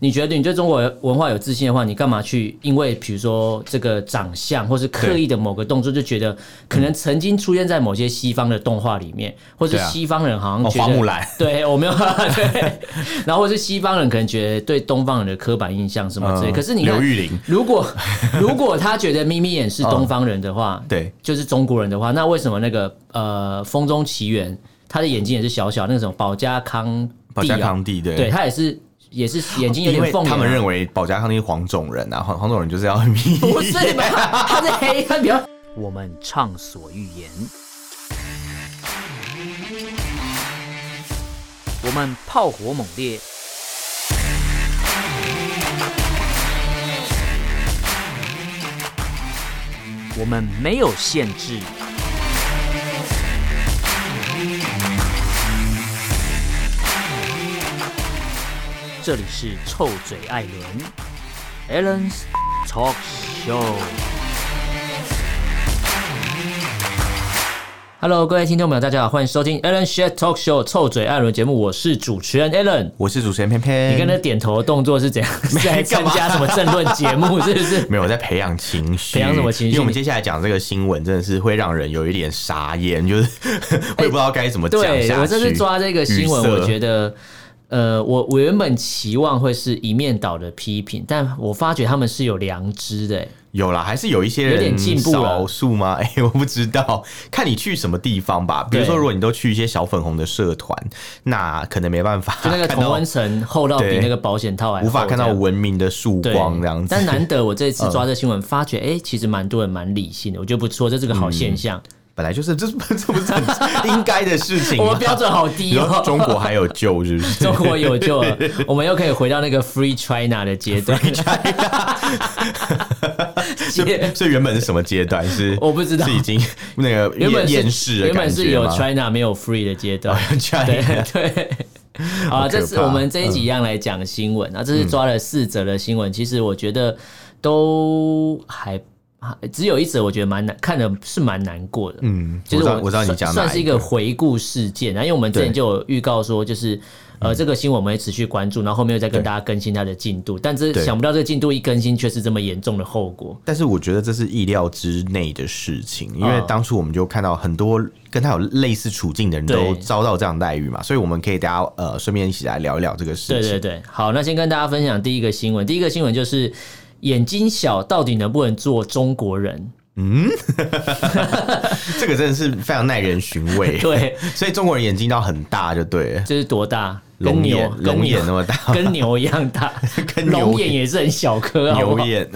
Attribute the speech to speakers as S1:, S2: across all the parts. S1: 你觉得你对中国文化有自信的话，你干嘛去因为比如说这个长相，或是刻意的某个动作，就觉得可能曾经出现在某些西方的动画里面，或是
S2: 对啊
S1: 西方人好像
S2: 哦
S1: 觉得
S2: 花木兰
S1: 对我没有对，然后或是西方人可能觉得对东方人的刻板印象什么之类。
S2: 嗯
S1: 可是你看
S2: 刘玉玲
S1: 如 果如果他觉得眯眯眼是东方人的话，
S2: 对，
S1: 就是中国人的话，那为什么那个呃《风中奇缘》他的眼睛也是小小，那个什么保加康帝啊
S2: 保加康帝对
S1: 对他也是也是眼睛有
S2: 因
S1: 点
S2: 为
S1: 凤眼啊、
S2: 他们认为保加康帝是黄种人啊，黄黄种人就是要 眯
S1: 不是吧？ 他是黑暗比较。我们畅所欲言，我们炮火猛烈，我们没有限制。这里是臭嘴艾伦 a l l e n s Talk Show。Hello，各位听众朋友，大家好，欢迎收听 Alan s h a t Talk Show 臭嘴艾伦节目，我是主持人 Alan。
S2: 我是主持人偏偏，
S1: 你跟他点头的动作是怎样？ 是在参加什么政论节目？是不 是？
S2: 没有我在培养情绪，
S1: 培养什么情绪
S2: 因为我们接下来讲这个新闻，真的是会让人有一点傻眼，就是 我也不知道该怎么讲下去。
S1: 哎对我这次抓这个新闻，
S2: 语塞
S1: 我觉得，呃，我我原本期望会是一面倒的批评，但我发觉他们是有良知的、欸
S2: 有啦，还是有一些
S1: 有点
S2: 人
S1: 进步了
S2: 少数吗？ 哎、我不知道，看你去什么地方吧。比如说，
S1: 对
S2: 如果你都去一些小粉红的社团，那可能没办法，
S1: 就那个
S2: 啊看到
S1: 同温层厚到比
S2: 对
S1: 那个保险套还厚
S2: 无法看到
S1: 这样
S2: 文明的曙
S1: 对
S2: 光这样子。
S1: 但难得我这
S2: 嗯
S1: 次抓这新闻，发觉哎、诶其实蛮多人蛮理性的，我觉得不错，这是个好现象。
S2: 本来就是，这 是这不是很应该的事情吗？
S1: 我们标准好
S2: 你
S1: 低哦
S2: 说、中国还有救是不是？
S1: 中国有救 了，我们又可以回到那个 Free China 的阶段。 阶
S2: 所以原本是什么阶段？是
S1: 我不知道
S2: 是已经那个
S1: 原本
S2: 厌厌世
S1: 是
S2: 的
S1: 原
S2: 感
S1: 本是
S2: 觉
S1: 有
S2: 吗？
S1: China 没有 Free 的阶段，
S2: China
S1: 对 对。好啊，
S2: 好
S1: 这
S2: 可怕嗯
S1: 是我们这一集一样来讲新闻啊，这是抓了四则的新闻，其实我觉得都还还只有一则，我觉得蛮难看的，是蛮难过的。
S2: 嗯，
S1: 就是
S2: 我知
S1: 我
S2: 道我知道你
S1: 算
S2: 讲哪
S1: 算是一个回顾事件，然后因为我们之前
S2: 对
S1: 就有预告说，
S2: 嗯
S1: 就是呃这个新闻我们会持续关注，然后后面又再跟大家更新它的进度，但是
S2: 对
S1: 想不到这个进度一更新却是这么严重的后果。
S2: 但是我觉得这是意料之内的事情，因为
S1: 嗯
S2: 当初我们就看到很多跟他有类似处境的人
S1: 对
S2: 都遭到这样的待遇嘛，所以我们可以大家呃顺便一起来聊一聊这个事
S1: 对
S2: 情。
S1: 对对，好，那先跟大家分享第一个新闻，第一个新闻就是眼睛小到底能不能做中国 人？
S2: 这个真的是非常耐人寻味。，
S1: 对，
S2: 所以中国人眼睛要很大就对了，
S1: 这是多大？跟
S2: 龙
S1: 牛
S2: 眼
S1: 跟
S2: 龙眼
S1: 牛
S2: 那么大，
S1: 跟牛一样大，
S2: 跟牛
S1: 龙眼也是很小颗，好不
S2: 牛
S1: 好？
S2: 眼，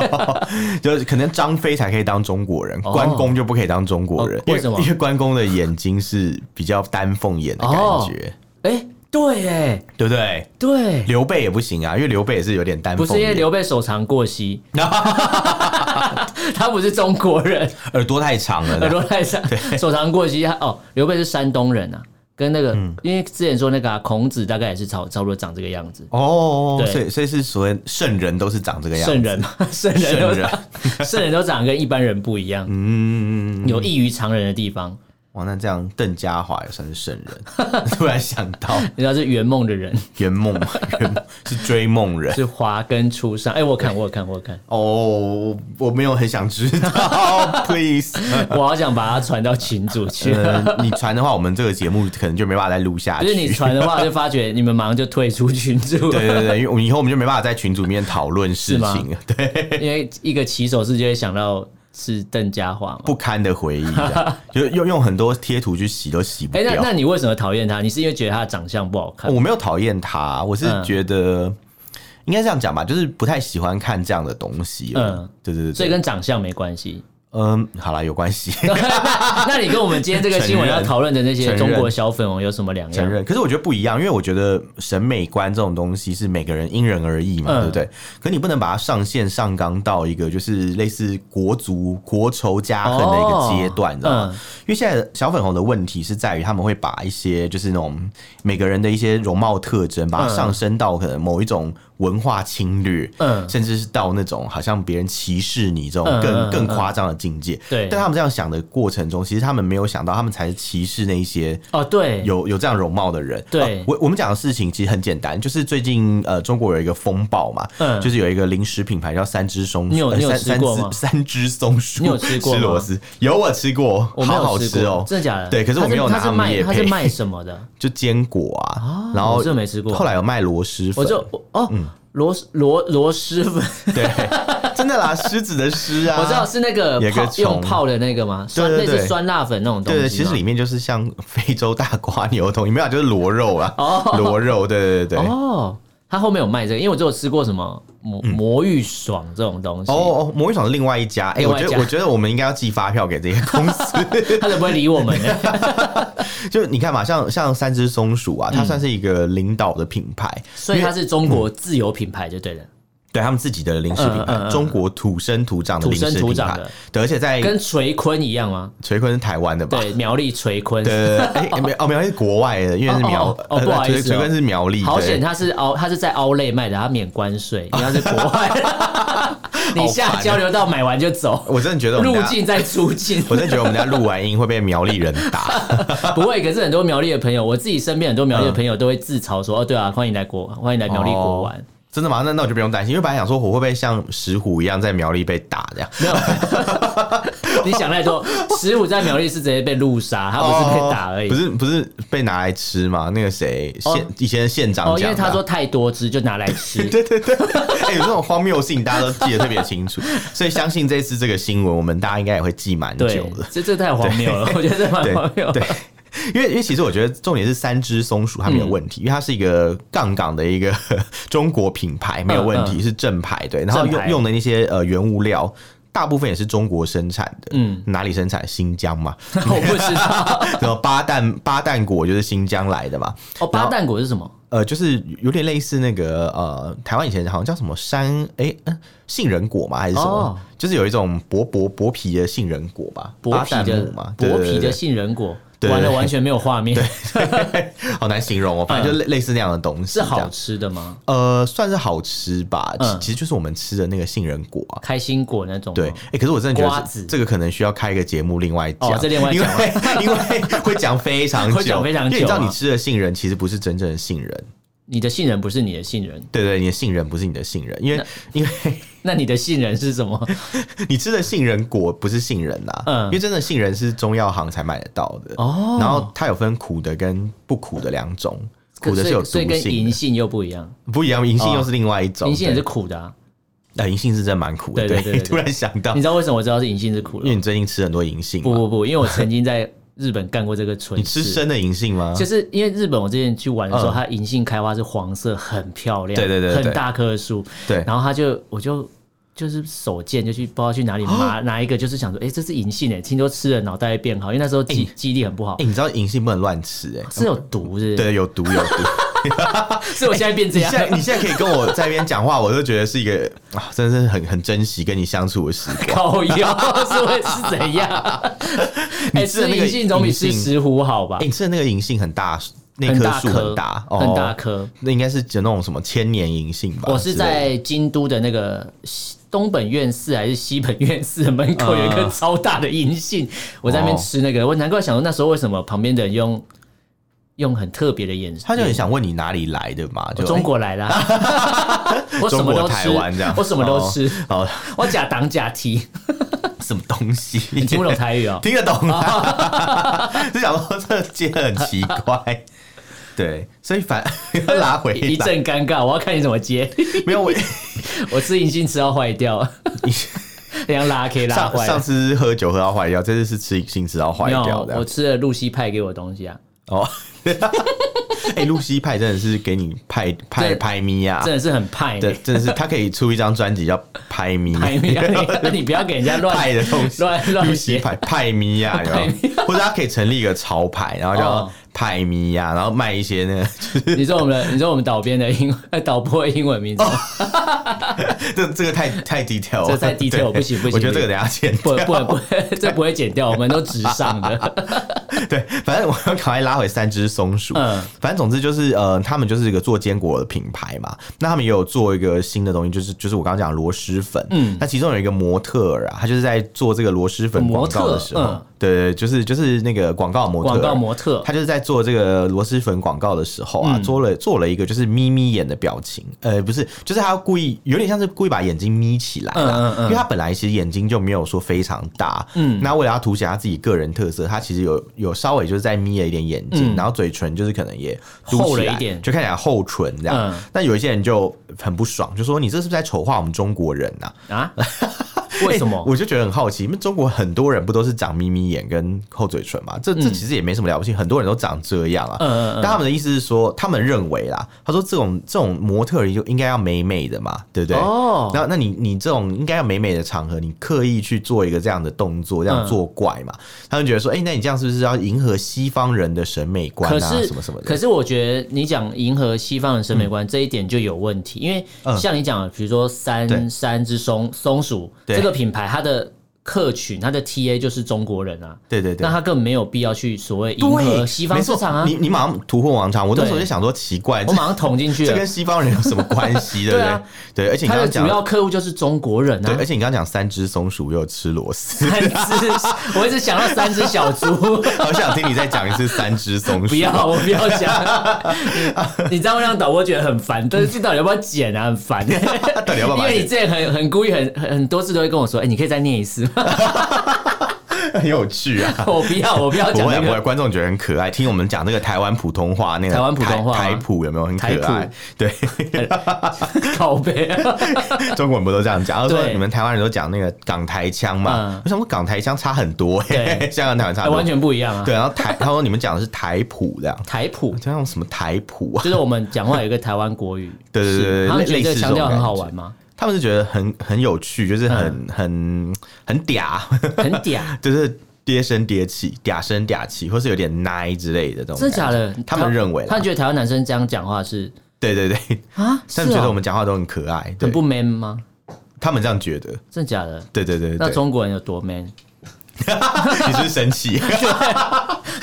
S2: 就是可能张飞才可以当中国人，
S1: 哦
S2: 关公就不可以当中国人
S1: 哦，为什么
S2: 因为关公的眼睛是比较丹凤眼的感
S1: 哦
S2: 觉，
S1: 哎，对，哎，
S2: 对不对？
S1: 对，
S2: 刘备也不行啊，因为刘备也是有点丹
S1: 不
S2: 凤眼，
S1: 是因为刘备手长过膝， 他不是中国 人，
S2: 耳朵太长了
S1: 耳
S2: 啦，
S1: 朵太长，手长过膝。他哦，刘备是山东人啊，跟那个，
S2: 嗯
S1: 因为之前说那个、啊、孔子大概也是差差不多长这个样子，
S2: 哦，
S1: 对
S2: 所以所以是所谓圣人都是长这个样子，
S1: 圣人嘛， 圣人都
S2: 圣人
S1: 长， 圣人都长得跟一般人不一样，
S2: 嗯，
S1: 有异于常人的地方。
S2: 哇，那这样邓家华也算是 圣人，突然想到
S1: 你知道是圆梦的 人，
S2: 圆梦嘛，圆梦是追梦人。
S1: 是华根初上。哎、我有看，我有看，我有看，
S2: 哦、我没有很想知道，please。
S1: 我好想把它传到群组去。
S2: 呃，你传的话，我们这个节目可能就没办法再录下
S1: 就
S2: 去。
S1: 是你传的话，就发觉你们马上就退出群组了
S2: 对对对，因为我们以后我们就没办法在群组里面讨论事
S1: 吗
S2: 情了，对，
S1: 因为一个起手式就会想到是邓家华嘛。
S2: 不堪的回忆这样，就是用用很多贴图去洗都洗不嗯
S1: 哎、那
S2: 掉。
S1: 那你为什么讨厌他？你是因为觉得他的长相不好看？
S2: 我没有讨厌他，我是
S1: 嗯
S2: 觉得、应该这样讲吧，就是不太喜欢看这样的东西。
S1: 嗯
S2: 嗯，对对对，
S1: 所以跟长相没关系。
S2: 嗯，好啦，有关系，
S1: 那那你跟我们今天这个新闻要讨论的那些中国小粉红有什么两
S2: 承
S1: 样？
S2: 认。可是我觉得不一样，因为我觉得审美观这种东西是每个人因人而异嘛，
S1: 嗯
S2: 对不对？可你不能把它上线上纲到一个就是类似国族国仇家恨的一个阶段，你知道吗？
S1: 嗯
S2: 因为现在小粉红的问题是在于他们会把一些就是那种每个人的一些容貌特征，把它上升到可能某一种文化侵略，
S1: 嗯
S2: 甚至是到那种好像别人歧视你这种
S1: 嗯
S2: 更、
S1: 嗯嗯
S2: 更夸张的境界。
S1: 对
S2: 但他们这样想的过程中，其实他们没有想到，他们才是歧视那一些
S1: 哦，对，
S2: 有有这样容貌的人。
S1: 对
S2: 啊我我们讲的事情其实很简单，就是最近呃，中国有一个风暴嘛，
S1: 嗯
S2: 就是有一个零食品牌叫三只松，
S1: 你有
S2: 呃
S1: 你有
S2: 三
S1: 吃过吗
S2: 三只三只松鼠，
S1: 你有吃过吗
S2: 螺丝？有我吃过，
S1: 我没
S2: 好好
S1: 有
S2: 吃
S1: 过，
S2: 哦，
S1: 真的假的？
S2: 对，可是我没有
S1: 它
S2: 拿
S1: 是
S2: 他们
S1: 卖
S2: 也
S1: 它是
S2: 配，
S1: 卖什么 的？
S2: 就坚果啊，然后
S1: 我真的没吃过
S2: 后来有卖螺蛳
S1: 我
S2: 粉，嗯
S1: 就我哦，螺螺螺蛳粉，
S2: 对， 真的啦，狮子的狮啊，
S1: 我知道是那个
S2: 有一个
S1: 泡用
S2: 虫
S1: 泡的那个吗？酸
S2: 对
S1: 类
S2: 对
S1: 似
S2: 对
S1: 酸辣粉那种东西
S2: 对
S1: 吗。
S2: 对，其实里面就是像非洲大瓜牛头，你没有就是螺肉啊，螺肉，对对对对。哦
S1: 哦，它后面有卖这个，因为我只有吃过什么魔魔芋爽这种东西，
S2: 嗯哦，魔芋爽是另外一家，哎、
S1: 另
S2: 我
S1: 外一
S2: 觉
S1: 家
S2: 得我觉得我们应该要寄发票给这些公 司。
S1: 它都不会理我们的。
S2: 就你看嘛，像像三只松鼠
S1: 嗯
S2: 啊，它算是一个领导的品牌，
S1: 所以它是中国自有品牌就对了，
S2: 对他们自己的零食品牌，
S1: 嗯嗯嗯
S2: 中国土生土长的
S1: 土
S2: 零
S1: 生
S2: 食
S1: 土
S2: 品
S1: 长
S2: 牌
S1: 的，
S2: 对，而且在
S1: 跟垂坤一样吗？
S2: 垂坤是台湾的吧？
S1: 对，苗栗垂坤。
S2: 对，哎、没哦，苗栗是国外的，因为是苗，
S1: 哦哦哦不好意思哦
S2: 呃垂垂坤是苗栗，
S1: 好
S2: 对
S1: 险，它是凹，它是在凹类卖的，它免关税。你要是国 外，你下交流道买完就走，
S2: 我真的觉啊得我们
S1: 入
S2: 家，
S1: 境再出境。
S2: 我真的觉得我们家录完音会被苗栗人 打，
S1: 不会，可是很多苗栗的朋友，我自己身边很多苗
S2: 嗯
S1: 栗的朋友都会自嘲说：“哦，对啊，欢迎来国，欢迎来苗栗国玩。
S2: 真的吗？那那我就不用担心，因为本来想说我会不会像石虎一样在苗栗被打这样，
S1: 没 有，你想太多。十五在苗栗是直接被路杀，他啊不是被打而已。
S2: 哦不是不是被拿来吃吗？那个谁县、
S1: 哦
S2: 以前的县长
S1: 哦，因
S2: 讲的啊、
S1: 为他说太多只就拿来吃。
S2: 对对对，哎、有这种荒谬性，大家都记得特别清 楚，所以相信这次这个新闻，我们大家应该也会记蛮久
S1: 对
S2: 的，。
S1: 这这太荒谬了，我觉得这 蛮荒谬。
S2: 对，因为因为其实我觉得重点是三只松鼠它
S1: 嗯
S2: 没有问题，因为它是一个杠杠的一个 中国品牌，没有问题，
S1: 嗯
S2: 是正牌对，然后
S1: 正
S2: 用
S1: 牌
S2: 用的那些呃原物料。大部分也是中国生产的，
S1: 嗯
S2: 嗯，哪里生产？新疆嘛，
S1: 我不知道。
S2: 然后巴旦巴旦果就是新疆来的嘛，
S1: 哦，巴旦果是什么？
S2: 呃，就是有点类似那个呃，台湾以前好像叫什么山哎、嗯杏仁果嘛还是什么，
S1: 哦
S2: 就是有一种薄薄薄皮的杏仁果吧，
S1: 薄皮
S2: 巴旦
S1: 的
S2: 木嘛，对
S1: 薄
S2: 对
S1: 皮
S2: 对对
S1: 的杏仁果，
S2: 对对
S1: 完了
S2: 对
S1: 完全没有画 面，
S2: 好难形容哦，反正就类类似那样的东西，
S1: 嗯是
S2: 这
S1: 好
S2: 样。
S1: 吃的吗？
S2: 呃，算是好吃吧，其
S1: 嗯
S2: 其实就是我们吃的那个杏仁果啊。
S1: 开心果那种吗，
S2: 对，哎、可是我真的觉
S1: 瓜
S2: 得
S1: 子
S2: 这这个可能需要开一个节目，另外讲、
S1: 哦这另外
S2: 因
S1: 讲
S2: 为 因为会讲非常久，
S1: 会讲非常
S2: 因为你知道
S1: 久啊
S2: 你吃的杏仁其实不是真正的杏仁，
S1: 你的杏仁不是你的杏仁，
S2: 对对，你的杏仁不是你的杏仁，因为因为
S1: 那你的杏仁是什么？
S2: 你吃的杏仁果不是杏仁啦，
S1: 嗯
S2: 因为真的杏仁是中药行才买得到的
S1: 哦
S2: 然后它有分苦的跟不苦的两种， 苦的
S1: 所
S2: 是
S1: 以
S2: 有
S1: 所以
S2: 毒
S1: 跟
S2: 性
S1: 银
S2: 的，
S1: 杏又不一样，
S2: 不一样，银杏
S1: 哦
S2: 又是另外一种。
S1: 银杏也是
S2: 对，
S1: 苦的啊。
S2: 呃，银杏是真的蛮苦的。
S1: 对对对对对
S2: 突然想到，
S1: 你
S2: 因
S1: 知道为什么我知道是银杏是苦的
S2: 为
S1: 吗？
S2: 你最近吃很多银杏
S1: 不
S2: 嘛，
S1: 不不，因为我曾经在日本干过这个蠢
S2: 你
S1: 事。
S2: 吃生的银杏吗？
S1: 就是因为日本，我之前去玩的时候，
S2: 嗯
S1: 它银杏开花是黄色，很漂亮，
S2: 对对对对
S1: 很大棵的树。
S2: 对
S1: 然后它就我就就是手贱就去不知道去哪里
S2: 哦
S1: 拿拿一个，就是想说，哎，这是银杏诶，听说吃了脑袋会变好，因为那时候记记忆力很不好
S2: 哎，，你知道银杏不能乱吃哎，
S1: 是有毒是不是？
S2: 对，有毒 有毒。
S1: 所以我现在变这
S2: 你
S1: 样
S2: 现。在你现在可以跟我在那边讲话，我就觉得是一个啊，真的是很很珍惜跟你相处的时 光。
S1: 烤腰是会是怎 样？哎，
S2: 吃的
S1: 吃
S2: 那个
S1: 银杏总比吃
S2: 银杏
S1: 石斛好吧
S2: 哎、？你吃的那个银杏很大，那
S1: 很
S2: 棵
S1: 大
S2: 树
S1: 棵
S2: 很大，哦
S1: 很大棵。
S2: 那应该是指那种什么千年银杏吧？
S1: 我是
S2: 之类的。
S1: 在京都的那个西东本院寺还是西本院寺的门口
S2: 嗯
S1: 有一棵超大的银杏，我在那
S2: 哦
S1: 边吃那个，我难怪想说那时候为什么旁边的人用用很特别的眼神，
S2: 他就很想问你哪里来的嘛？就
S1: 中国来啦， 我什么都
S2: 哎中国台
S1: 吃
S2: 湾这样，
S1: 我什么都吃，
S2: 哦， 哦
S1: 我假挡假踢，
S2: 什么东西？。
S1: 你听不懂哦台语哦
S2: 听得懂啊？ 就想说这接得很奇怪。对，所以反 又拉回
S1: 一
S2: 来，
S1: 阵尴尬，我要看你怎么 接。
S2: 没有我
S1: 我吃银杏吃到坏掉， 这样拉可以拉
S2: 上
S1: 坏
S2: 上
S1: 了。
S2: 次是喝酒喝到坏掉，这次是吃杏吃到坏
S1: 没有
S2: 掉，的
S1: 我吃了露西派给我的东西啊，
S2: 哦。 哎，露西派真的是给你派派
S1: 这
S2: 派咪呀，
S1: 真的是很派、
S2: 啊对，真的是他可以出一张专辑叫派咪，
S1: 派米 啊，你你不要给人家乱
S2: 派的东西，
S1: 乱乱
S2: 露西
S1: 写。
S2: 派派咪呀，有没有或者他可以成立一个潮牌，然后
S1: 哦
S2: 叫派米呀、然后卖一些那个，
S1: 你说我们的，你说我们导编的英呃导播的英文名字，
S2: 哦这这个太太 detail，了
S1: 这太 detail，
S2: 对
S1: 不行不行
S2: 我觉得
S1: 不行
S2: 这个等一下剪
S1: 不
S2: 掉。
S1: 不不，
S2: 啊
S1: 这不会剪掉，我们都直上 的。
S2: 对，反正我要赶快拉回三只松鼠。
S1: 嗯
S2: 反正总之就是呃，他们就是一个做坚果的品牌嘛。那他们也有做一个新的东西，就是就是我刚刚讲的螺蛳粉。嗯，那其中有一个模特儿啊，他就是在做这个螺蛳粉
S1: 模
S2: 广
S1: 特
S2: 告的时候，
S1: 嗯
S2: 对对，就是就是那个广告模特儿
S1: 广告模特
S2: 他就是在做这个螺蛳粉广告的时候啊，
S1: 嗯
S2: 做了做了一个就是眯眯眼的表情，呃，不是，就是他故意有点像是故意把眼睛眯起来啦，
S1: 嗯嗯嗯
S2: 因为他本来其实眼睛就没有说非常大，嗯，那为了要凸显他自己个人特色，他其实有有稍微就是在眯了一点眼睛，然后嘴唇就是可能也嘟起
S1: 嗯厚了一
S2: 来
S1: 点
S2: 就看起来厚唇这样
S1: 嗯。
S2: 那有一些人就很不爽，就说你这是不是在丑化我们中国人呐、
S1: 啊？为什
S2: 欸
S1: 么？
S2: 我就觉得很好奇，因为中国很多人不都是长眯眯眼跟厚嘴唇嘛？这这其实也没什么了不起，很多人都长这样啊。
S1: 嗯嗯嗯
S2: 但他们的意思是说，他们认为啦，他说这种这种模特儿就应该要美美的嘛，对不对？
S1: 哦
S2: 那那你你这种应该要美美的场合，你刻意去做一个这样的动作，这样
S1: 嗯
S2: 作怪嘛？他们觉得说，哎、那你这样是不是要迎合西方人的审美观
S1: 可
S2: 啊，
S1: 是
S2: 什么什么的？
S1: 可是我觉得你讲迎合西方人审美观这一点就有问题，因为
S2: 嗯
S1: 像你讲的，比如说三
S2: 对
S1: 三只松松鼠
S2: 对
S1: 这个品牌，它的客群它的 TA 就是中国人啊，
S2: 对对对，
S1: 那它更没有必要去所谓迎合
S2: 对
S1: 西方
S2: 没错
S1: 市场啊
S2: 你。你马上突破王场，我那时候
S1: 对
S2: 就想说奇怪，
S1: 我
S2: 这
S1: 马上捅进去
S2: 这
S1: 了
S2: 跟。西方人有什么关系，对不
S1: 啊对
S2: 对？
S1: 啊
S2: 对，而且你
S1: 它
S2: 刚
S1: 的
S2: 刚
S1: 主
S2: 讲
S1: 要客户就是中国人
S2: 对，
S1: 啊
S2: 而。 且你刚刚讲三只松鼠又吃螺丝，
S1: 三只， 我一直想到三只小猪，
S2: 好想听你再讲一次三只松鼠。
S1: 不要，我不要讲。 你你这样会让导播觉得很烦，但是这到底要不要剪啊？很烦。
S2: 到底要不
S1: 因
S2: 要把它
S1: 为你
S2: 剪？
S1: 之前很很故意很很很多次都会跟我说，哎、你可以再念一 次吗。
S2: 很有趣啊！
S1: 我不要，我不要
S2: 不
S1: 讲
S2: 会
S1: 那
S2: 啊不会啊，
S1: 个。
S2: 观众觉得很可爱，听我们讲那个台湾普通话，那个
S1: 台湾普通话
S2: 台台普有没有很可
S1: 台
S2: 爱
S1: 普？
S2: 对，
S1: 靠背、
S2: 啊中国人不都这样讲？他说
S1: 对
S2: 你们台湾人都讲那个港台腔
S1: 嗯
S2: 嘛，我想说港台腔差很多欸，
S1: 对
S2: 香港台湾差
S1: 哎
S2: 很多
S1: 完。全不一样啊。
S2: 对，然后台他说你们讲的是台普这样，
S1: 台普
S2: 这样什么台普啊？
S1: 就是我们讲话有一个台湾国语，
S2: 对对对对
S1: 是他们觉得
S2: 类
S1: 这个
S2: 类似
S1: 腔调
S2: 这
S1: 很
S2: 种感
S1: 好
S2: 觉
S1: 玩吗？
S2: 他们是觉得很很有趣，就是
S1: 嗯
S2: 很很很嗲，
S1: 很 嗲，
S2: 就是嗲声嗲气、嗲声嗲气，或是有点奶之类的这种。
S1: 真的假？的？
S2: 他们认为啦
S1: 他们觉得台湾男生这样讲话是
S2: 对对对，
S1: 啊，
S2: 他
S1: 是
S2: 们觉得
S1: 啊
S2: 我们讲话都很可爱，对
S1: 很，不 man 吗？
S2: 他们这样觉得。
S1: 真的假的？
S2: 对对对
S1: 那
S2: 对，
S1: 中国人有多 man？
S2: 你是不是生气？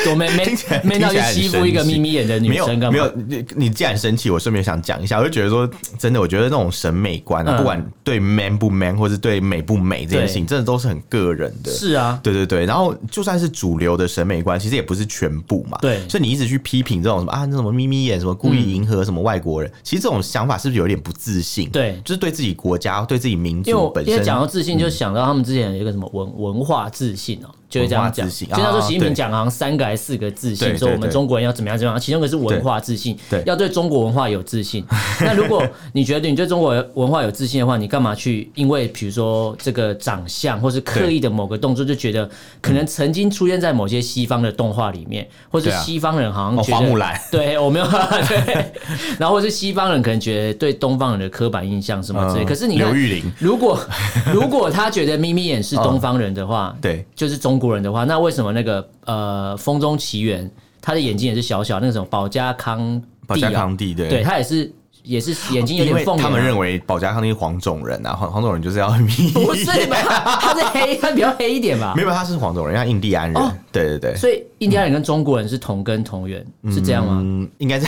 S1: 多 man
S2: 听起来
S1: man man 到去欺负一个眯眯眼的 女
S2: 没有
S1: 生干嘛？
S2: 没有，你你既然生气，我顺便想讲一下，我就觉得说，真的，我觉得那种审美观啊，
S1: 嗯
S2: 不管对 man 不 man，或是对美不美这件事情，真的都是很个人的。
S1: 是啊，
S2: 对对对，然后就算是主流的审美观，其实也不是全部嘛。
S1: 对
S2: 所以你一直去批评这种什么啊，那什么眯眯眼，什么故意迎合什么外国人，其实这种想法是不是有点不自信？
S1: 嗯对
S2: 就是对自己国家、对自己民
S1: 因为
S2: 族
S1: 我
S2: 本
S1: 因为
S2: 身。
S1: 讲到自信，就
S2: 嗯
S1: 想到他们之前有一个什么文文化自信哦、就会这样
S2: 文
S1: 讲。
S2: 化自信
S1: 就那时候习近
S2: 啊
S1: 平
S2: 对
S1: 讲好像三个还是四个自
S2: 对
S1: 信，
S2: 对
S1: 说我们
S2: 对
S1: 中国人要怎么样怎么样，其中一个是文化自信，
S2: 对对
S1: 要对中国文化有自 信。那如果你觉得你对中国文化有自信的话，你干嘛去因为比如说这个长相或是刻意的某个动作，就觉得可能曾经出现在某些西方的动画里面，或是
S2: 对啊
S1: 西方人好像
S2: 哦，
S1: 觉得
S2: 花木兰，
S1: 对，我没有 对，然后或是西方人可能觉得对东方人的刻板印象什么之类，
S2: 嗯
S1: 可是你看
S2: 刘玉玲，
S1: 如果 如果他觉得眯眯眼是东方人的话，
S2: 对，
S1: 就是中国人的话，那为什么那个呃《风中奇缘》他的眼睛也是小小那个什么保加康
S2: 保
S1: 帝
S2: 加
S1: 啊，
S2: 康帝，对
S1: 对他也是也是眼睛有
S2: 因
S1: 点
S2: 为
S1: 凤眼啊、
S2: 他们认为保加康帝是黄种人啊，黄黄种人就是要 眯。
S1: 不是 吧？他是黑，他比较黑一点吧
S2: 没。有，他是黄种人，他印第安人。
S1: 哦
S2: 对对对，
S1: 所以印第安人跟中国人是同根同源，是这样吗？
S2: 嗯，应该 是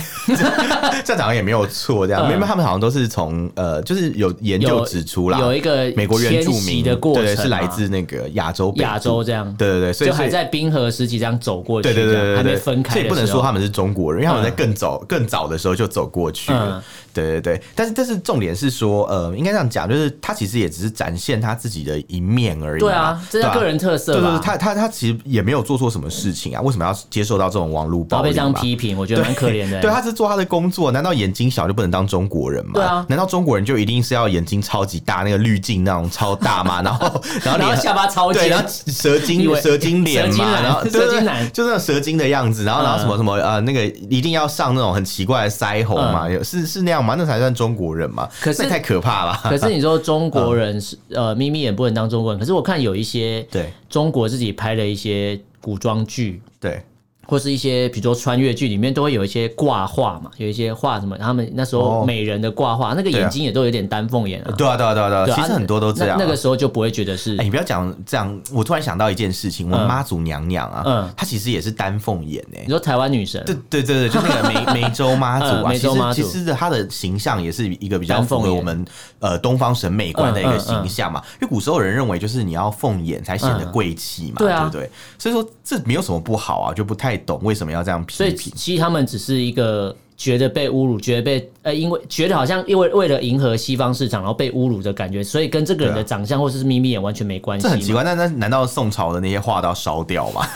S2: 这样讲也没有错，这样，
S1: 嗯
S2: 没有，他们好像都是从呃，就是有研究
S1: 有
S2: 指出啦，
S1: 有一个
S2: 美国原住
S1: 迁徙
S2: 民
S1: 的过程
S2: 对，
S1: 嘛
S2: 是来自那个亚洲北部
S1: 亚洲，这样。
S2: 对对对，所以
S1: 就还
S2: 所以
S1: 在冰河时期这样走过去，
S2: 对对对
S1: 这
S2: 对
S1: 样还
S2: 对
S1: 没
S2: 对，
S1: 分开的
S2: 所以
S1: 时候，
S2: 不能说他们是中国人，因为他们在
S1: 嗯
S2: 更早更早的时候就走过去了
S1: 嗯。
S2: 对对对，但是但是重点是说，呃，应该这样讲，就是他其实也只是展现他自己的一面而已嘛。
S1: 对啊，这是
S2: 对啊
S1: 个人特
S2: 对
S1: 色
S2: 对
S1: 吧？
S2: 对，他他他其实也没有做错什么事情啊，为什么要接受到这种网络
S1: 然
S2: 暴
S1: 后
S2: 力
S1: 被这样
S2: 嘛
S1: 批评，我觉得蛮可怜的、
S2: 对，他是做他的工作，难道眼睛小就不能当中国人吗？
S1: 对啊
S2: 难道中国人就一定是要眼睛超级大，那个滤镜那种超 大吗？然后，然
S1: 然
S2: 后脸
S1: 后下巴 超
S2: 对，
S1: 尖
S2: 然，后蛇
S1: 以
S2: 精
S1: 为
S2: 蛇精脸
S1: 蛇精
S2: 嘛，
S1: 男
S2: 然后对
S1: 蛇
S2: 对
S1: 精嗯
S2: 对
S1: 男
S2: 就那种蛇精的样子，然后然后什么什么呃，那个一定要上那种很奇怪的腮红嘛，有是是那样吗？那才算中国人嘛？
S1: 嗯可是
S2: 那也太可怕了。
S1: 可是你说中国人是、呃眯眯眼不能当中国人，可是我看有一些
S2: 嗯对
S1: 中国自己拍的一些古装剧，
S2: 对，
S1: 或是一些比如说穿越剧里面都会有一些挂画嘛，有一些画什么，他们那时候
S2: 哦
S1: 美人的挂画，那个
S2: 对啊
S1: 眼睛也都有点丹凤眼啊。
S2: 对啊，对啊，对啊，对
S1: 对
S2: 啊，
S1: 啊
S2: 其实很多都这样啊。
S1: 那那个时候就不会觉得是
S2: 哎、你不要讲这样，我突然想到一件事情，我
S1: 嗯
S2: 妈祖娘娘啊，
S1: 嗯
S2: 她其实也是丹凤眼哎、
S1: 你说台湾女神，啊
S2: 对对对对，就那 个梅梅州妈祖
S1: 嗯
S2: 啊，
S1: 梅州妈祖
S2: 其实其实她的形象也是一个比较
S1: 丹
S2: 符
S1: 凤
S2: 合
S1: 眼
S2: 我们呃东方审美观的一
S1: 嗯
S2: 个
S1: 嗯
S2: 形象嘛。因为古时候人认为就是你要凤眼才显得贵气嘛，
S1: 对啊
S2: 对不对？所以说这没有什么不好啊，就不太懂为什么要这样
S1: 所
S2: 批
S1: 以
S2: 评。
S1: 其实他们只是一个觉得被侮辱，觉得被呃，因为觉得好像因为为了迎合西方市场，然后被侮辱的感觉，所以跟这个人
S2: 对
S1: 的
S2: 啊
S1: 长相或者是眯眯眼完全没关系
S2: 这
S1: 嘛。
S2: 很奇怪，那那难道宋朝的那些画都要烧 掉吗？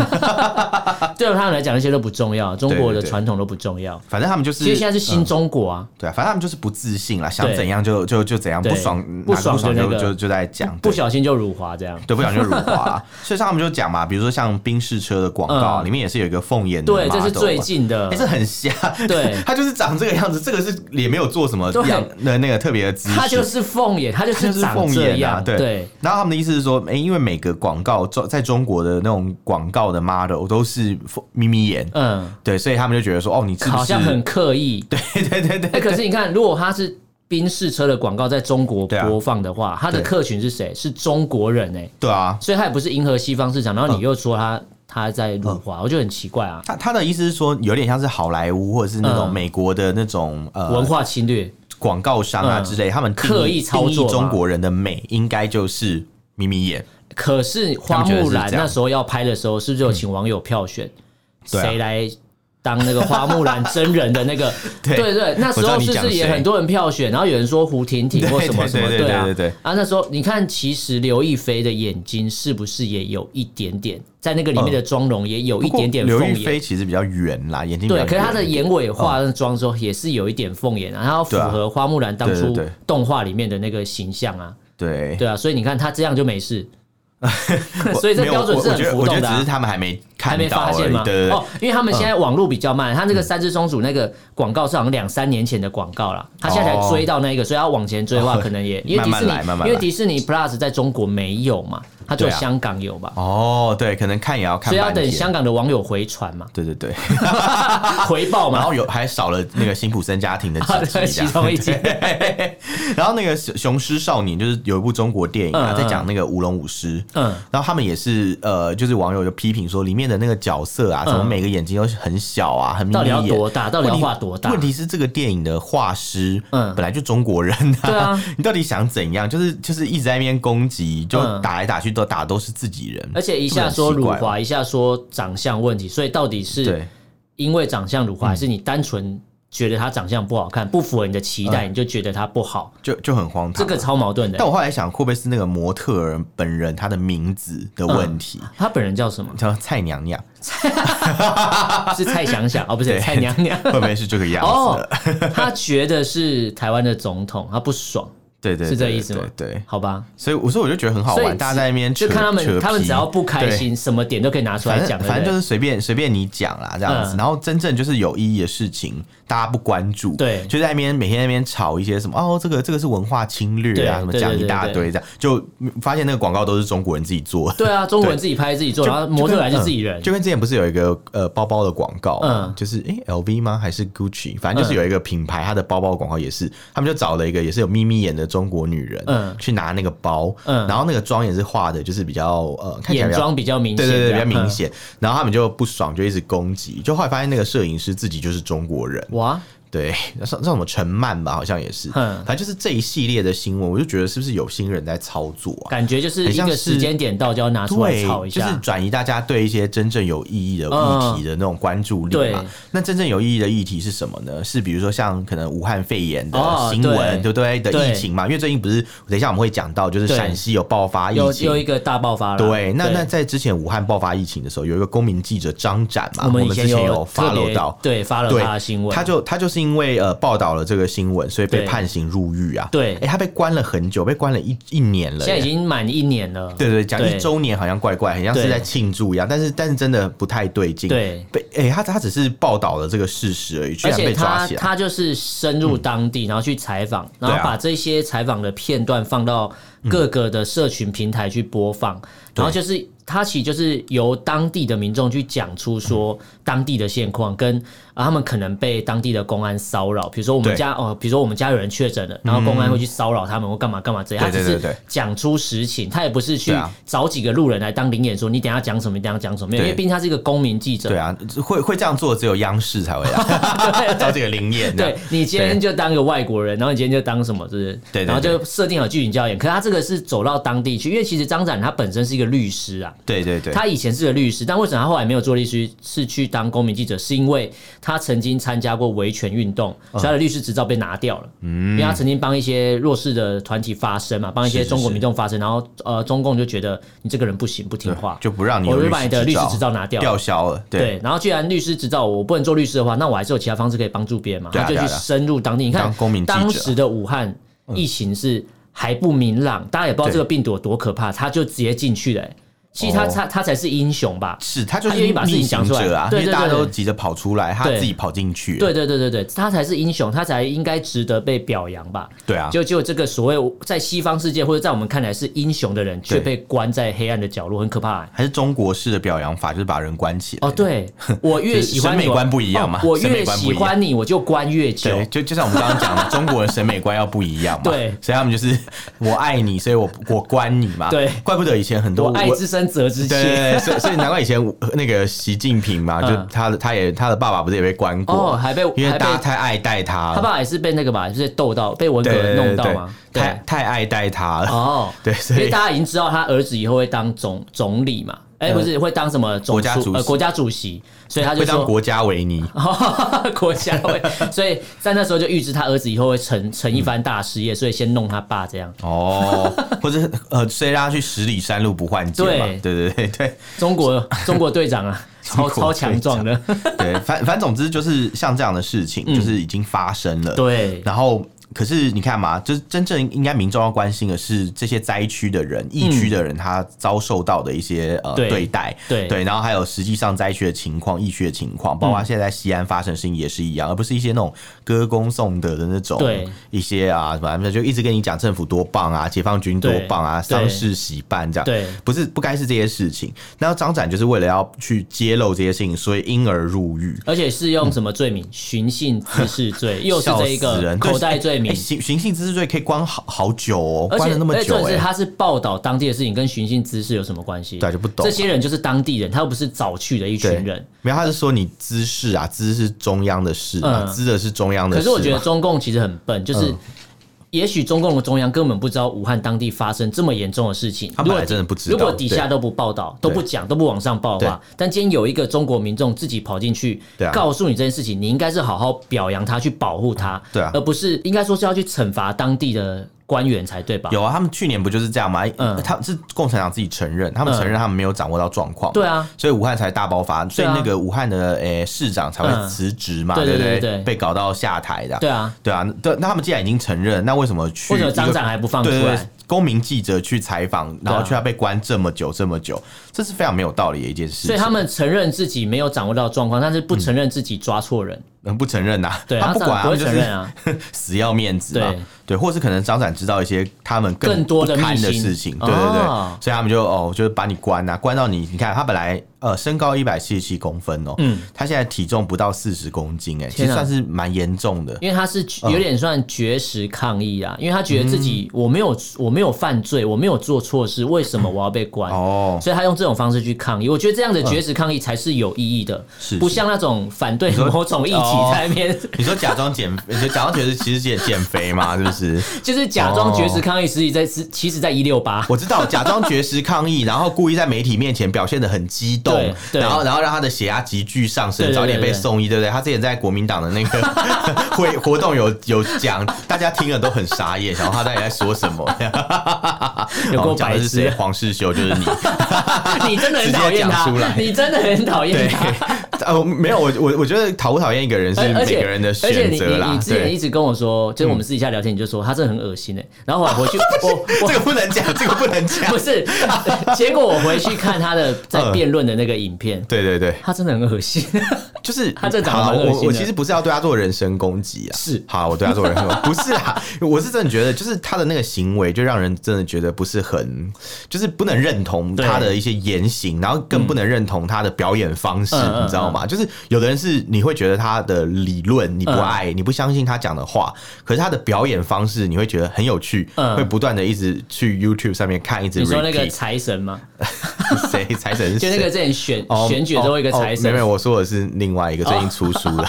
S1: 对他们来讲，那些都不重要，中国
S2: 对对
S1: 的
S2: 对
S1: 传统都不重要。
S2: 反正他们就是
S1: 其实现在是新中国啊，
S2: 对啊，反正他们就是不自信啦，想
S1: 对
S2: 怎样就就就怎样，
S1: 对
S2: 不爽
S1: 不
S2: 哪个
S1: 爽
S2: 不爽
S1: 就那
S2: 就
S1: 个
S2: 就就在讲，
S1: 不
S2: 对
S1: 小心就辱华这样。
S2: 对，不小心就辱 华啦。所以像他们就讲嘛，比如说像宾士车的广告、
S1: 嗯
S2: 里面也是有一个凤眼的
S1: 对，这是
S2: model
S1: 最
S2: 嘛。
S1: 近的
S2: 也、。是哎很瞎，
S1: 对
S2: 他就是长这个样子，这个是也没有做什么
S1: 对
S2: 样的那个特别的姿势。
S1: 他就是凤眼，他就
S2: 他就是是
S1: 长
S2: 凤
S1: 这
S2: 眼
S1: 样，
S2: 啊，对。然后他们的意思是说，哎、因为每个广告中在中国的那种广告的 model 都是凤眯眯眼，
S1: 嗯，
S2: 对，所以他们就觉得说，哦，你是不是
S1: 好像很刻意。
S2: 对对对对
S1: 哎、可是你看，如果他是宾士车的广告在中国
S2: 对啊
S1: 播放的话，他的
S2: 对
S1: 客群是谁？是中国人哎、
S2: 对啊，
S1: 所以他也不是迎合西方市场，然后
S2: 嗯
S1: 你又说他、他在辱华，我觉得很奇怪啊，
S2: 他他的意思是说，有点像是好莱坞或者是那种
S1: 嗯
S2: 美国的那种、呃
S1: 文化侵略。
S2: 广告商啊
S1: 嗯
S2: 之类，他们定义
S1: 刻意操作
S2: 定义
S1: 嘛
S2: 中国人的美应该就是眯眯眼，
S1: 可是花木兰
S2: 呃他们觉得是这样
S1: 那时候要拍的时候，是不是有请网友票选
S2: 对啊
S1: 谁、来？当那个花木兰真人的那个，
S2: 对
S1: 对对，那时
S2: 我知道
S1: 候
S2: 你
S1: 是不
S2: 讲
S1: 是也
S2: 谁
S1: 很多人票选？然后有人说胡婷婷或什么什么，
S2: 对对对对
S1: 啊
S2: 对对对
S1: 啊，那时候你看，其实刘亦菲的眼睛是不是也有一点点在那个里面的妆容也有一
S2: 嗯不过
S1: 点点
S2: 刘
S1: 凤
S2: 亦
S1: 眼？
S2: 菲其实比较圆啦，眼睛比较
S1: 对，
S2: 圆
S1: 可是她的眼尾画那妆的时候也是有一点凤眼啊，她要符
S2: 对啊
S1: 合花木兰当
S2: 对
S1: 初
S2: 对对
S1: 动画里面的那个形象啊，
S2: 对。
S1: 对啊，所以你看她这样就没事， 所以这
S2: 没有
S1: 标准
S2: 我
S1: 是
S2: 我
S1: 很
S2: 觉得
S1: 浮
S2: 我觉
S1: 动
S2: 得
S1: 的
S2: 只是
S1: 啊。
S2: 他们还没
S1: 还
S2: 看
S1: 没
S2: 到
S1: 发
S2: 而
S1: 现
S2: 已，
S1: 吗？
S2: 对对对，嗯
S1: 哦，因为他们现在网络比较慢，他那个三只松鼠那个广告是好像两三年前的广告啦，他现在才追到那个，所以要往前追的话，可能也因为迪士
S2: 哦慢慢来慢慢
S1: 尼，
S2: 来
S1: 因为迪士尼 Plus 在中国没有嘛，它只有
S2: 对啊
S1: 香港有吧，
S2: 哦，对，可能看也要看
S1: 所以要
S2: 半
S1: 等哦
S2: 天，
S1: 香港的网友回传 嘛，
S2: 对 对对，
S1: 回报
S2: 然
S1: 嘛，
S2: 后有还少了那个辛普森家庭的
S1: 啊
S2: 几
S1: 对
S2: 集这
S1: 其
S2: 样，
S1: 中一集。
S2: 然后那个雄《雄狮少年》就是有一部中国电影啊，
S1: 嗯嗯
S2: 在讲那个舞龙舞狮。
S1: 嗯
S2: 嗯，然后他们也是呃，就是网友就批评说里面的那个角色啊，怎么每个眼睛都很小啊，很眯
S1: 嗯到底要
S2: 眯眼。
S1: 多大？到底要
S2: 问题
S1: 画多大？
S2: 问题是这个电影的画师，
S1: 嗯
S2: 嗯，本来就中国人、啊，
S1: 对啊，
S2: 你到底想怎样？就是就是一直在那边攻击，就
S1: 嗯
S2: 打来打去都打都是自己人，
S1: 而且一下说辱
S2: 这很奇怪
S1: 华，一下说长相问题，所以到底是
S2: 对
S1: 因为长相辱
S2: 嗯
S1: 华，还是你单纯觉得他长相不好看，不符合你的期待，你就觉得他不好？
S2: 就就很荒
S1: 这
S2: 唐。啊
S1: 个超矛盾
S2: 嗯但
S1: 的。
S2: 我后来想，会不会是那个模特儿本人他的名字的问题？
S1: 他本人叫什 么？
S2: 叫蔡娘娘，
S1: 是蔡想想哦，不是
S2: 对
S1: 蔡娘 娘
S2: 会不会是这个样子？
S1: 哦。他觉得是台湾的总统，他不爽，
S2: 对对，
S1: 是这
S2: 对
S1: 意思吗
S2: 对对，
S1: 好吧？
S2: 所以我说我就觉得很好
S1: 所以
S2: 玩，大家在那边
S1: 就
S2: 扯
S1: 看他们，
S2: 扯
S1: 他们
S2: 皮
S1: 只要不开
S2: 对
S1: 心，什么点都可以拿出来
S2: 反
S1: 讲，对
S2: 正
S1: 不
S2: 反正就
S1: 对？
S2: 是随便随便你讲啦，这样子。
S1: 嗯
S2: 然后真正就是有意义的事情，大家不关注，
S1: 对
S2: 就在那边每天在那边吵一些什么哦，这个这个是文化侵略
S1: 对
S2: 啊，什么
S1: 对对
S2: 讲一
S1: 对
S2: 大
S1: 对
S2: 堆这样，就发现那个广告都是中国人自己做的。
S1: 对啊，中国人自己拍自己做，然后模特还是自己人
S2: 嗯，就跟之前不是有一个呃包包的广告嘛，
S1: 嗯
S2: 就是诶 LV 吗？还是 Gucci？反正就是有一个品牌，它的包包广告也是，他们就找了一个也是有眯眯眼的中国女人，
S1: 嗯
S2: 去拿那个包，
S1: 嗯
S2: 然后那个妆也是画的，就是比较呃看起来
S1: 眼
S2: 比较
S1: 妆比较明
S2: 对
S1: 显，
S2: 对对，
S1: 这
S2: 比较
S1: 样
S2: 明
S1: 嗯
S2: 显。然后他们就不爽，就一直攻击。就后来发现那个摄影师自己就是中国人，
S1: 嗯哇，
S2: 对，像像什么陈曼吧，好像也是。
S1: 嗯
S2: 反正就是这一系列的新闻，我就觉得是不是有心人在操作啊？
S1: 感觉就是一个时间点到就要拿出来炒
S2: 对，
S1: 一
S2: 就是
S1: 下。
S2: 转移大家对一些真正有意义的议题的那种关注力嘛。
S1: 嗯对
S2: 那真正有意义的议题是什么呢？是比如说像可能武汉肺炎的
S1: 哦
S2: 新闻，
S1: 对
S2: 对不对？的
S1: 对
S2: 疫情嘛，因为最近不是，等一下我们会讲到，就是
S1: 对
S2: 陕西有爆发疫
S1: 又
S2: 情
S1: 又一个大爆发了。
S2: 对，那那在之前武汉爆发疫情的时候，有一个公民记者张展嘛，
S1: 我
S2: 我
S1: 们以
S2: 之
S1: 前
S2: 前
S1: 有特
S2: follow
S1: 别
S2: 到，
S1: 对发了
S2: 对
S1: 他的新闻，
S2: 他就他就是因为呃报道了这个新闻，所以被
S1: 对
S2: 判刑入狱啊。
S1: 对
S2: 哎、他被关了很久，被关了一一年了耶。
S1: 现在已经满一年了。
S2: 对对，讲
S1: 对
S2: 一周年好像怪怪，很像是
S1: 对
S2: 在庆祝一样，但是但是真的不太对劲。
S1: 对
S2: 被哎、他他只是报道了这个事实而已，居
S1: 而
S2: 然
S1: 且
S2: 被抓
S1: 他
S2: 起来。嗯
S1: 他就是深入当地，然后去采访，然后
S2: 对啊
S1: 把这
S2: 嗯
S1: 些采访的片段放到各个的社群平台去播放，然后就是它其实就是由当地的民众去讲出说
S2: 嗯
S1: 当地的现况，跟、啊、他们可能被当地的公安骚扰，比如说我们
S2: 对嗯
S1: 家哦，比如说我们家有人确诊了，然后公安会去骚扰他们或干嘛干嘛这样，他
S2: 对
S1: 只
S2: 对
S1: 是
S2: 对对
S1: 讲出实情，他也不是去
S2: 对啊
S1: 找几个路人来当灵眼说你等一下讲什么，你等一下讲什么，因为
S2: 对
S1: 毕竟他是一个公民记者
S2: 对，啊，会会这样做只有央视才会 啊，找几个灵验这样
S1: 对你今天
S2: 对
S1: 就当个外国人，然后你今天就当什么，是不是？
S2: 对对
S1: 然后
S2: 对
S1: 就设定好剧情焦点。可是他这个是走到当地去，因为其实张展他本身是一个律师啊，
S2: 对对对，
S1: 他以前是个律师，但为什么他后来没有做律师，是去当公民记者？是因为他曾经参加过维权运动，
S2: 哦
S1: 所以他的律师执照被拿掉了。因为他曾经帮一些弱势的团体发声嘛，帮一些
S2: 嗯是是
S1: 中国
S2: 是
S1: 民众发声，然后呃，中共就觉得你这个人不行，不听话，
S2: 就不让你有
S1: 我就把你的律师执照拿掉了
S2: 吊销了，对，
S1: 对，然后既然律师执照我不能做律师的话，那我还是有其他方式可以帮助别人嘛。
S2: 对啊
S1: 他就去
S2: 对啊对啊
S1: 深入当地，你看
S2: 当公民记者嗯
S1: 当时的武汉疫情是还不明朗，大家也不知道
S2: 对
S1: 这个病毒有多可怕，他就直接进去了、欸其实他
S2: 哦
S1: 他他才是英雄吧？
S2: 是他就是
S1: 他愿意把事情讲出来
S2: 逆行者啊，因
S1: 对对
S2: 为大家
S1: 对对
S2: 都急着跑出来，他
S1: 对
S2: 自己跑进去，
S1: 对对对对对，他才是英雄，他才应该值得被表扬吧？
S2: 对啊，
S1: 就就这个所谓在西方世界或者在我们看来是英雄的人，却
S2: 对
S1: 被关在黑暗的角落，很可怕欸、
S2: 还是中国式的表扬法，就是把人关起来。
S1: 哦，对我越喜欢你，
S2: 审美观不一样嘛
S1: 哦我
S2: 审美
S1: 越
S2: 观不
S1: 喜
S2: 一样
S1: 欢你，我就关越久。
S2: 对，就就像我们刚刚讲 的，中国人审美观要不一样嘛，
S1: 对
S2: 所以他们就是 我爱你，所以我我关你嘛，
S1: 对
S2: 怪不得以前很多
S1: 我爱
S2: 文
S1: 之深，责之切。
S2: 对对对，所以所以难怪以前那个习近平嘛，就
S1: 嗯
S2: 他的他也他的爸爸不是也被关过，
S1: 哦还被
S2: 因为
S1: 还被
S2: 大家太爱戴他了，
S1: 他爸也是被那个吧，就是斗到被文革
S2: 对对对
S1: 弄到
S2: 对
S1: 嘛。
S2: 太太爱戴他了，
S1: 哦，
S2: 对
S1: 因
S2: 所以
S1: 为大家已经知道他儿子以后会当总总理嘛，哎，不是会当什么总
S2: 嗯国家主席
S1: 呃国家主席，所以他就
S2: 会当
S1: 说。
S2: 国家维尼，
S1: 国家会，所以在那时候就预知他儿子以后会成成一番大事业，所以先弄他爸这样。
S2: 哦，或者呃，谁让他去十里山路不换肩嘛？
S1: 对
S2: 对对对对
S1: 中国中国队长 啊，
S2: 中
S1: 超
S2: 国队
S1: 超强壮的，
S2: 对，反反总之就是像这样的事情，就是已经发生了。，
S1: 嗯 对
S2: 然后可是你看嘛，就是真正应该民众要关心的是这些灾区的人、疫区的人，他遭受到的一些呃
S1: 嗯对
S2: 对待，
S1: 对嗯
S2: 对，然后还有实际上灾区的情况、疫区的情况，包括现在西安发生的事情也是一样，而不是一些那种歌功颂德的那种
S1: 对
S2: 一些啊什么，就一直跟你讲政府多棒啊，解放军多
S1: 对
S2: 棒啊，
S1: 对
S2: 丧事喜办这样，
S1: 对
S2: 不是不该是这些事情。那张展就是为了要去揭露这些事情，所以因而入狱。
S1: 而且是用什么罪名？寻衅滋事罪，又是
S2: 笑
S1: 这一
S2: 死
S1: 个
S2: 人
S1: 口袋罪名
S2: 欸。寻寻衅滋事罪可以关好好久哦，
S1: 而
S2: 关
S1: 且
S2: 了那么
S1: 而且
S2: 久
S1: 重点
S2: 哎、
S1: 是他是报道当地的事情，跟寻衅滋事有什么关系？
S2: 对就不懂啊
S1: 这些人就是当地人，他又不是早去的一群
S2: 对
S1: 人。，
S2: 没有，他是说你滋事啊，滋是中央的事嘛，
S1: 嗯
S2: 滋的是中央的
S1: 可
S2: 事嘛。嗯
S1: 是我觉得中共其实很笨，就是也许中共的中央根本不知道武汉当地发生这么严重的事情。
S2: 他
S1: 如
S2: 本
S1: 果
S2: 来真的不知道
S1: 如果底下都不报道、都
S2: 对
S1: 不讲、都不往上报的话，但今天有一个中国民众自己跑进去
S2: 对啊
S1: 告诉你这件事情，你应该是好好表扬他、去保护他，
S2: 对啊
S1: 而不是应该说是要去惩罚当地的官员才对吧？
S2: 有啊，他们去年不就是这样吗？哎
S1: 嗯
S2: 他们是共产党自己承认，他们
S1: 嗯
S2: 承认他们没有掌握到状况，
S1: 对啊，
S2: 所以武汉才大爆发，所
S1: 对
S2: 以
S1: 啊
S2: 那个武汉的诶、市长才
S1: 嗯
S2: 会辞职嘛，
S1: 对对
S2: 对不
S1: 对对对
S2: 被搞到下台的，
S1: 对啊，
S2: 对啊，对，那他们既然已经承认，那为什么去
S1: 或者
S2: 一
S1: 张
S2: 个
S1: 展还不放出
S2: 对对
S1: 来
S2: 对？，公民记者去采访，然后
S1: 对啊
S2: 却要被关这么久这么久，这是非常没有道理的一件事情。
S1: 所以他们承认自己没有掌握到状况，但是不承认自己抓错人。
S2: 嗯不承认呐、啊，
S1: 对，
S2: 他不
S1: 当
S2: 管
S1: 然
S2: 他
S1: 不会
S2: 们就
S1: 承
S2: 是
S1: 认啊。
S2: 死要面子嘛
S1: 对，
S2: 对，或是可能张展知道一些他们
S1: 更多的
S2: 不堪的
S1: 秘辛
S2: 事情，对对对，
S1: 哦
S2: 所以他们就哦，就是把你关啊，关到你，你看他本来呃身高一百七十七公分哦，嗯，他现在体重不到四十公斤、哎，其
S1: 天
S2: 实
S1: 啊
S2: 算是蛮严重的，
S1: 因为他是有点算绝食抗议啊，因为他觉得自己
S2: 嗯
S1: 我没有我没有犯罪，我没有做错事，为什么我要被关？
S2: 哦，嗯
S1: 所以他用这种方式去抗议，我觉得这样的绝食抗议才是有意义的，
S2: 是
S1: 不像那种反对
S2: 说
S1: 某种议
S2: 哦
S1: 题在那边，
S2: 你说假装减， 你说假装觉得其实减减肥嘛，是不是？
S1: 就是假装绝食抗议，实际在是其实在一六八。
S2: 哦我知道，假装绝食抗议，然后故意在媒体面前表现的很激动
S1: 对，对
S2: 然后然后让他的血压急剧上
S1: 对
S2: 升，
S1: 对对
S2: 早点被
S1: 对
S2: 送医，对不对？他之前在国民党的那 个会活动有有讲，大家听了都很傻眼，然后他到底在说什么？
S1: 有够
S2: 哦讲的
S1: 白
S2: 是
S1: 痴
S2: 谁？黄世修就是你，
S1: 你真的很
S2: 直接
S1: 讨厌
S2: 讲出
S1: 他
S2: 来，
S1: 你真的很讨
S2: 对
S1: 厌他。。
S2: 呃，没有，我我我觉得讨不讨厌一个人是
S1: 而而
S2: 每
S1: 且
S2: 个人的
S1: 而且
S2: 选
S1: 你
S2: 择
S1: 你
S2: 啦
S1: 你，之前一
S2: 对嗯
S1: 直跟我说，就是我们私底下聊天，你就说他真的很恶心哎、然后我回去， 我
S2: 这个不能讲，这个不能讲
S1: 不。是，结果我回去看他的在辩论的那个影片，
S2: 对对对，
S1: 他真的很恶 心。
S2: 就是
S1: 他这长得
S2: 好啦
S1: 蛮恶
S2: 我
S1: 心
S2: 我
S1: 的
S2: 其实不是要对他做人身攻击啊，
S1: 是
S2: 好，我对他做人 身攻击，不是啦，我是真的觉得，就是他的那个行为，就让人真的觉得不是很，就是不能认同
S1: 对嗯
S2: 他的一些言行，然后更不能认同他的表演方式，
S1: 嗯嗯
S2: 你知道吗？就是有的人是你会觉得他的理论你不
S1: 嗯
S2: 爱，你不相信他讲的话，可是他的表演方式你会觉得很有趣，
S1: 嗯
S2: 会不断的一直去 YouTube 上面看，一直
S1: 你说那个
S2: repeat
S1: 财神吗？
S2: 谁财神是
S1: 就那个
S2: 谁
S1: 之前选
S2: 哦
S1: 选举的时候一个
S2: 哦哦
S1: 财
S2: 没有
S1: 神哦
S2: 没有，，我说的是另外一个最近出书 的。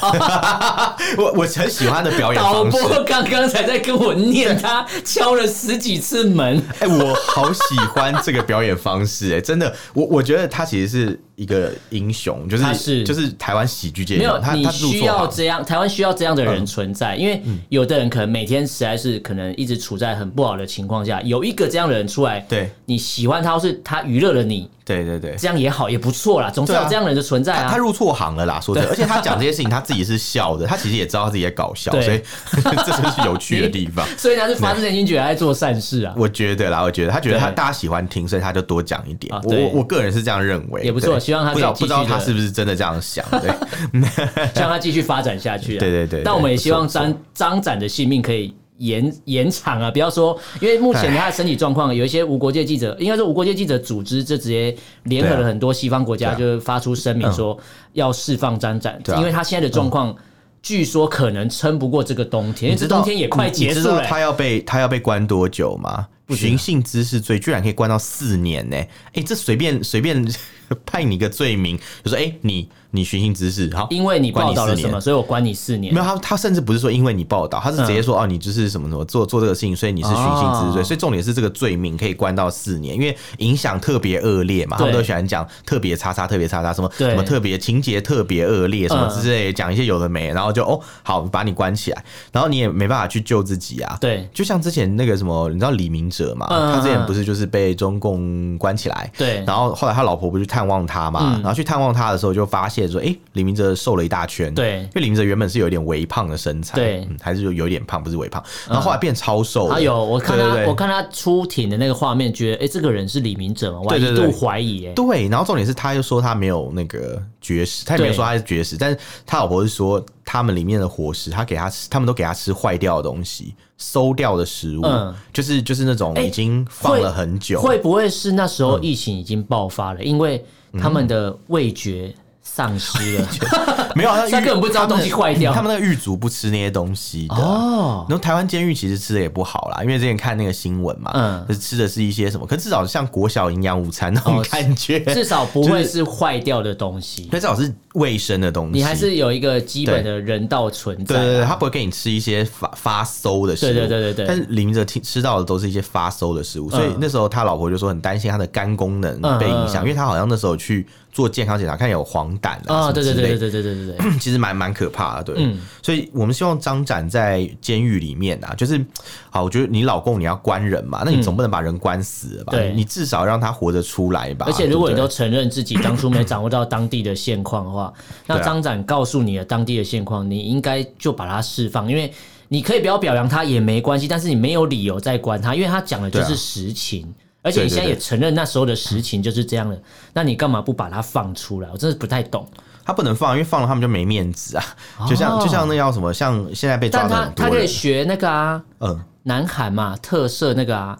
S2: 我我很喜欢的表演
S1: 导
S2: 方式。
S1: 播刚刚才在跟我念，他敲了十几次门。
S2: 哎、我好喜欢这个表演方式、哎，真的，我我觉得他其实是一个英雄，就是
S1: 他是
S2: 就是台湾喜剧界
S1: 没有，
S2: 他
S1: 你
S2: 他入嗯
S1: 需
S2: 错
S1: 要
S2: 行，
S1: 这样，台湾需要这样的人存在，因为有的人可能每天实在是可能一直处在很不好的情况下，有一个这样的人出来，
S2: 对
S1: 你喜欢他，或是他娱乐了你，
S2: 对对对。
S1: 这样也好，也不错啦，总是
S2: 对啊
S1: 有这样的人的存在
S2: 他他
S1: 啊。
S2: 入错行了啦，说真的，而且他讲这些事情，他自己是笑的，他其实也知道他自己在搞笑，
S1: 对
S2: 所以 这就是有趣的地 方。
S1: 所以他是发自内心觉得他在做善事啊，
S2: 我觉得啦，我觉得他觉得他
S1: 对
S2: 大家喜欢听，所以他就多讲一点
S1: 啊。
S2: 我
S1: 对
S2: 我我个人是这样认为，
S1: 也不错
S2: 对
S1: 希望他
S2: 不知道
S1: 可以继续
S2: 不知道他
S1: 的
S2: 是不是真的这样想。 对，
S1: 让他继续发展下去啊。
S2: 对对对对
S1: 但我们也
S2: 不错
S1: 希望
S2: 不错
S1: 张张展的性命可以。延延长啊！不要说，因为目前
S2: 唉
S1: 他的身体状况，有一些无国界记者，应该说无国界记者组织就直接联合
S2: 对
S1: 了
S2: 啊
S1: 很多西方国家，
S2: 对啊
S1: 就是发出声明说要释放张展，
S2: 对啊
S1: 因为他现在的状况，据说可能撑不过这个冬天，因为
S2: 你
S1: 这
S2: 知道
S1: 冬天也快
S2: 你
S1: 结
S2: 你
S1: 束
S2: 知道
S1: 了欸、
S2: 他要被他要被关多久吗？寻衅滋事罪居然可以关到四年呢、哎、这随便随便 判你一个罪名，就说哎、你你寻衅滋事，好，
S1: 因为你
S2: 关
S1: 报道了
S2: 四
S1: 什
S2: 年
S1: 么，所以我关你四年嗯
S2: 没。有他，他甚至不是说因为你报道，他是直接说、哦，你就是什么什么做做这个事情，所以你是寻衅滋罪。
S1: 哦
S2: 所以重点是这个罪名可以关到四年，因为影响特别恶劣嘛，他们
S1: 对
S2: 都喜欢讲特别叉叉、特别叉叉什么
S1: 对
S2: 什么特别情节特别恶劣什么
S1: 嗯
S2: 之类的，讲一些有的没，然后就哦好把你关起来，然后你也没办法去救自己啊。
S1: 对
S2: 就像之前那个什么，你知道李明哲嘛，
S1: 嗯嗯嗯
S2: 他之前不是就是被中共关起来，
S1: 对嗯
S2: 然后后来他老婆不是去探望他嘛，然后去探望他的时候就发现说，哎、李明哲瘦了一大圈，
S1: 对
S2: 嗯因为林哲原本是有一点微胖的身材，
S1: 对
S2: 嗯，还是有有一点胖，不是微胖，然后后来变超瘦了。
S1: 还有，哎我看他，
S2: 对对对
S1: 我看他出庭的那个画面，觉得哎、诶这个人是李明哲吗？我还
S2: 对
S1: 一
S2: 对对
S1: 度怀疑、哎，
S2: 对，然后重点是，他又说他没有那个绝食，他也没有
S1: 对
S2: 说他是绝食，但是他老婆是说他们里面的伙食，他给他吃，他们都给他吃坏掉的东西，馊掉的食物，
S1: 嗯
S2: 就是就是那种
S1: 哎
S2: 已经放了很久，
S1: 会不会是那时候
S2: 嗯
S1: 疫情已经爆发了？因为他们的味觉丧失
S2: 嗯
S1: 了，
S2: 没有，啊
S1: 他根本不知道东西坏掉
S2: 他们那个狱卒不吃那些东西的
S1: 哦
S2: 哦。然后台湾监狱其实吃的也不好啦，因为之前看那个新闻嘛，
S1: 嗯哦
S2: 嗯，就是吃的是一些什么，可是至少像国小营养午餐那种感觉，
S1: 至少不会
S2: 就是
S1: 坏掉的东西。
S2: 对，至少是卫生的东西。
S1: 你还是有一个基本的人道存
S2: 对对
S1: 在
S2: 对，
S1: 啊。
S2: 他不会给你吃一些发发馊的食物，
S1: 对对对对对嗯
S2: 但是林着听吃到的都是一些发馊的食物，所以那时候他老婆就说很担心他的肝功能被影
S1: 嗯嗯
S2: 响，
S1: 嗯
S2: 因为他好像那时候去做健康检查，看有黄疸啊，
S1: 啊，
S2: 什么
S1: 对
S2: 之
S1: 对
S2: 类的
S1: 对对对对对对对，
S2: 其实蛮蛮可怕的，对。
S1: 嗯
S2: 所以我们希望张展在监狱里面啊，就是好，我觉得你老公你要关人嘛，那你总不能把人关死了
S1: 嗯
S2: 吧？
S1: 对
S2: 你你至少让他活着出来吧。
S1: 而且如果你
S2: 啊对
S1: 都
S2: 不对
S1: 承认自己当初没掌握到当地的现况的话，那
S2: 对啊
S1: 张展告诉你的当地的现况，你应该就把他释放，因为你可以不要表扬他也没关系，但是你没有理由再关他，因为他讲的就
S2: 对
S1: 是
S2: 啊
S1: 实情。而且你
S2: 对对
S1: 现在也
S2: 对
S1: 承认那时候的实情就是这样的，那你干嘛不把它放出来？我真的不太懂。
S2: 他不能放，因为放了他们就没面子啊。就像就像那叫什么，像现在被抓
S1: 哦但
S2: 的
S1: 他
S2: 很多
S1: 他可以
S2: 人，
S1: 学那个啊，
S2: 嗯，
S1: 南韩嘛，特色那个啊，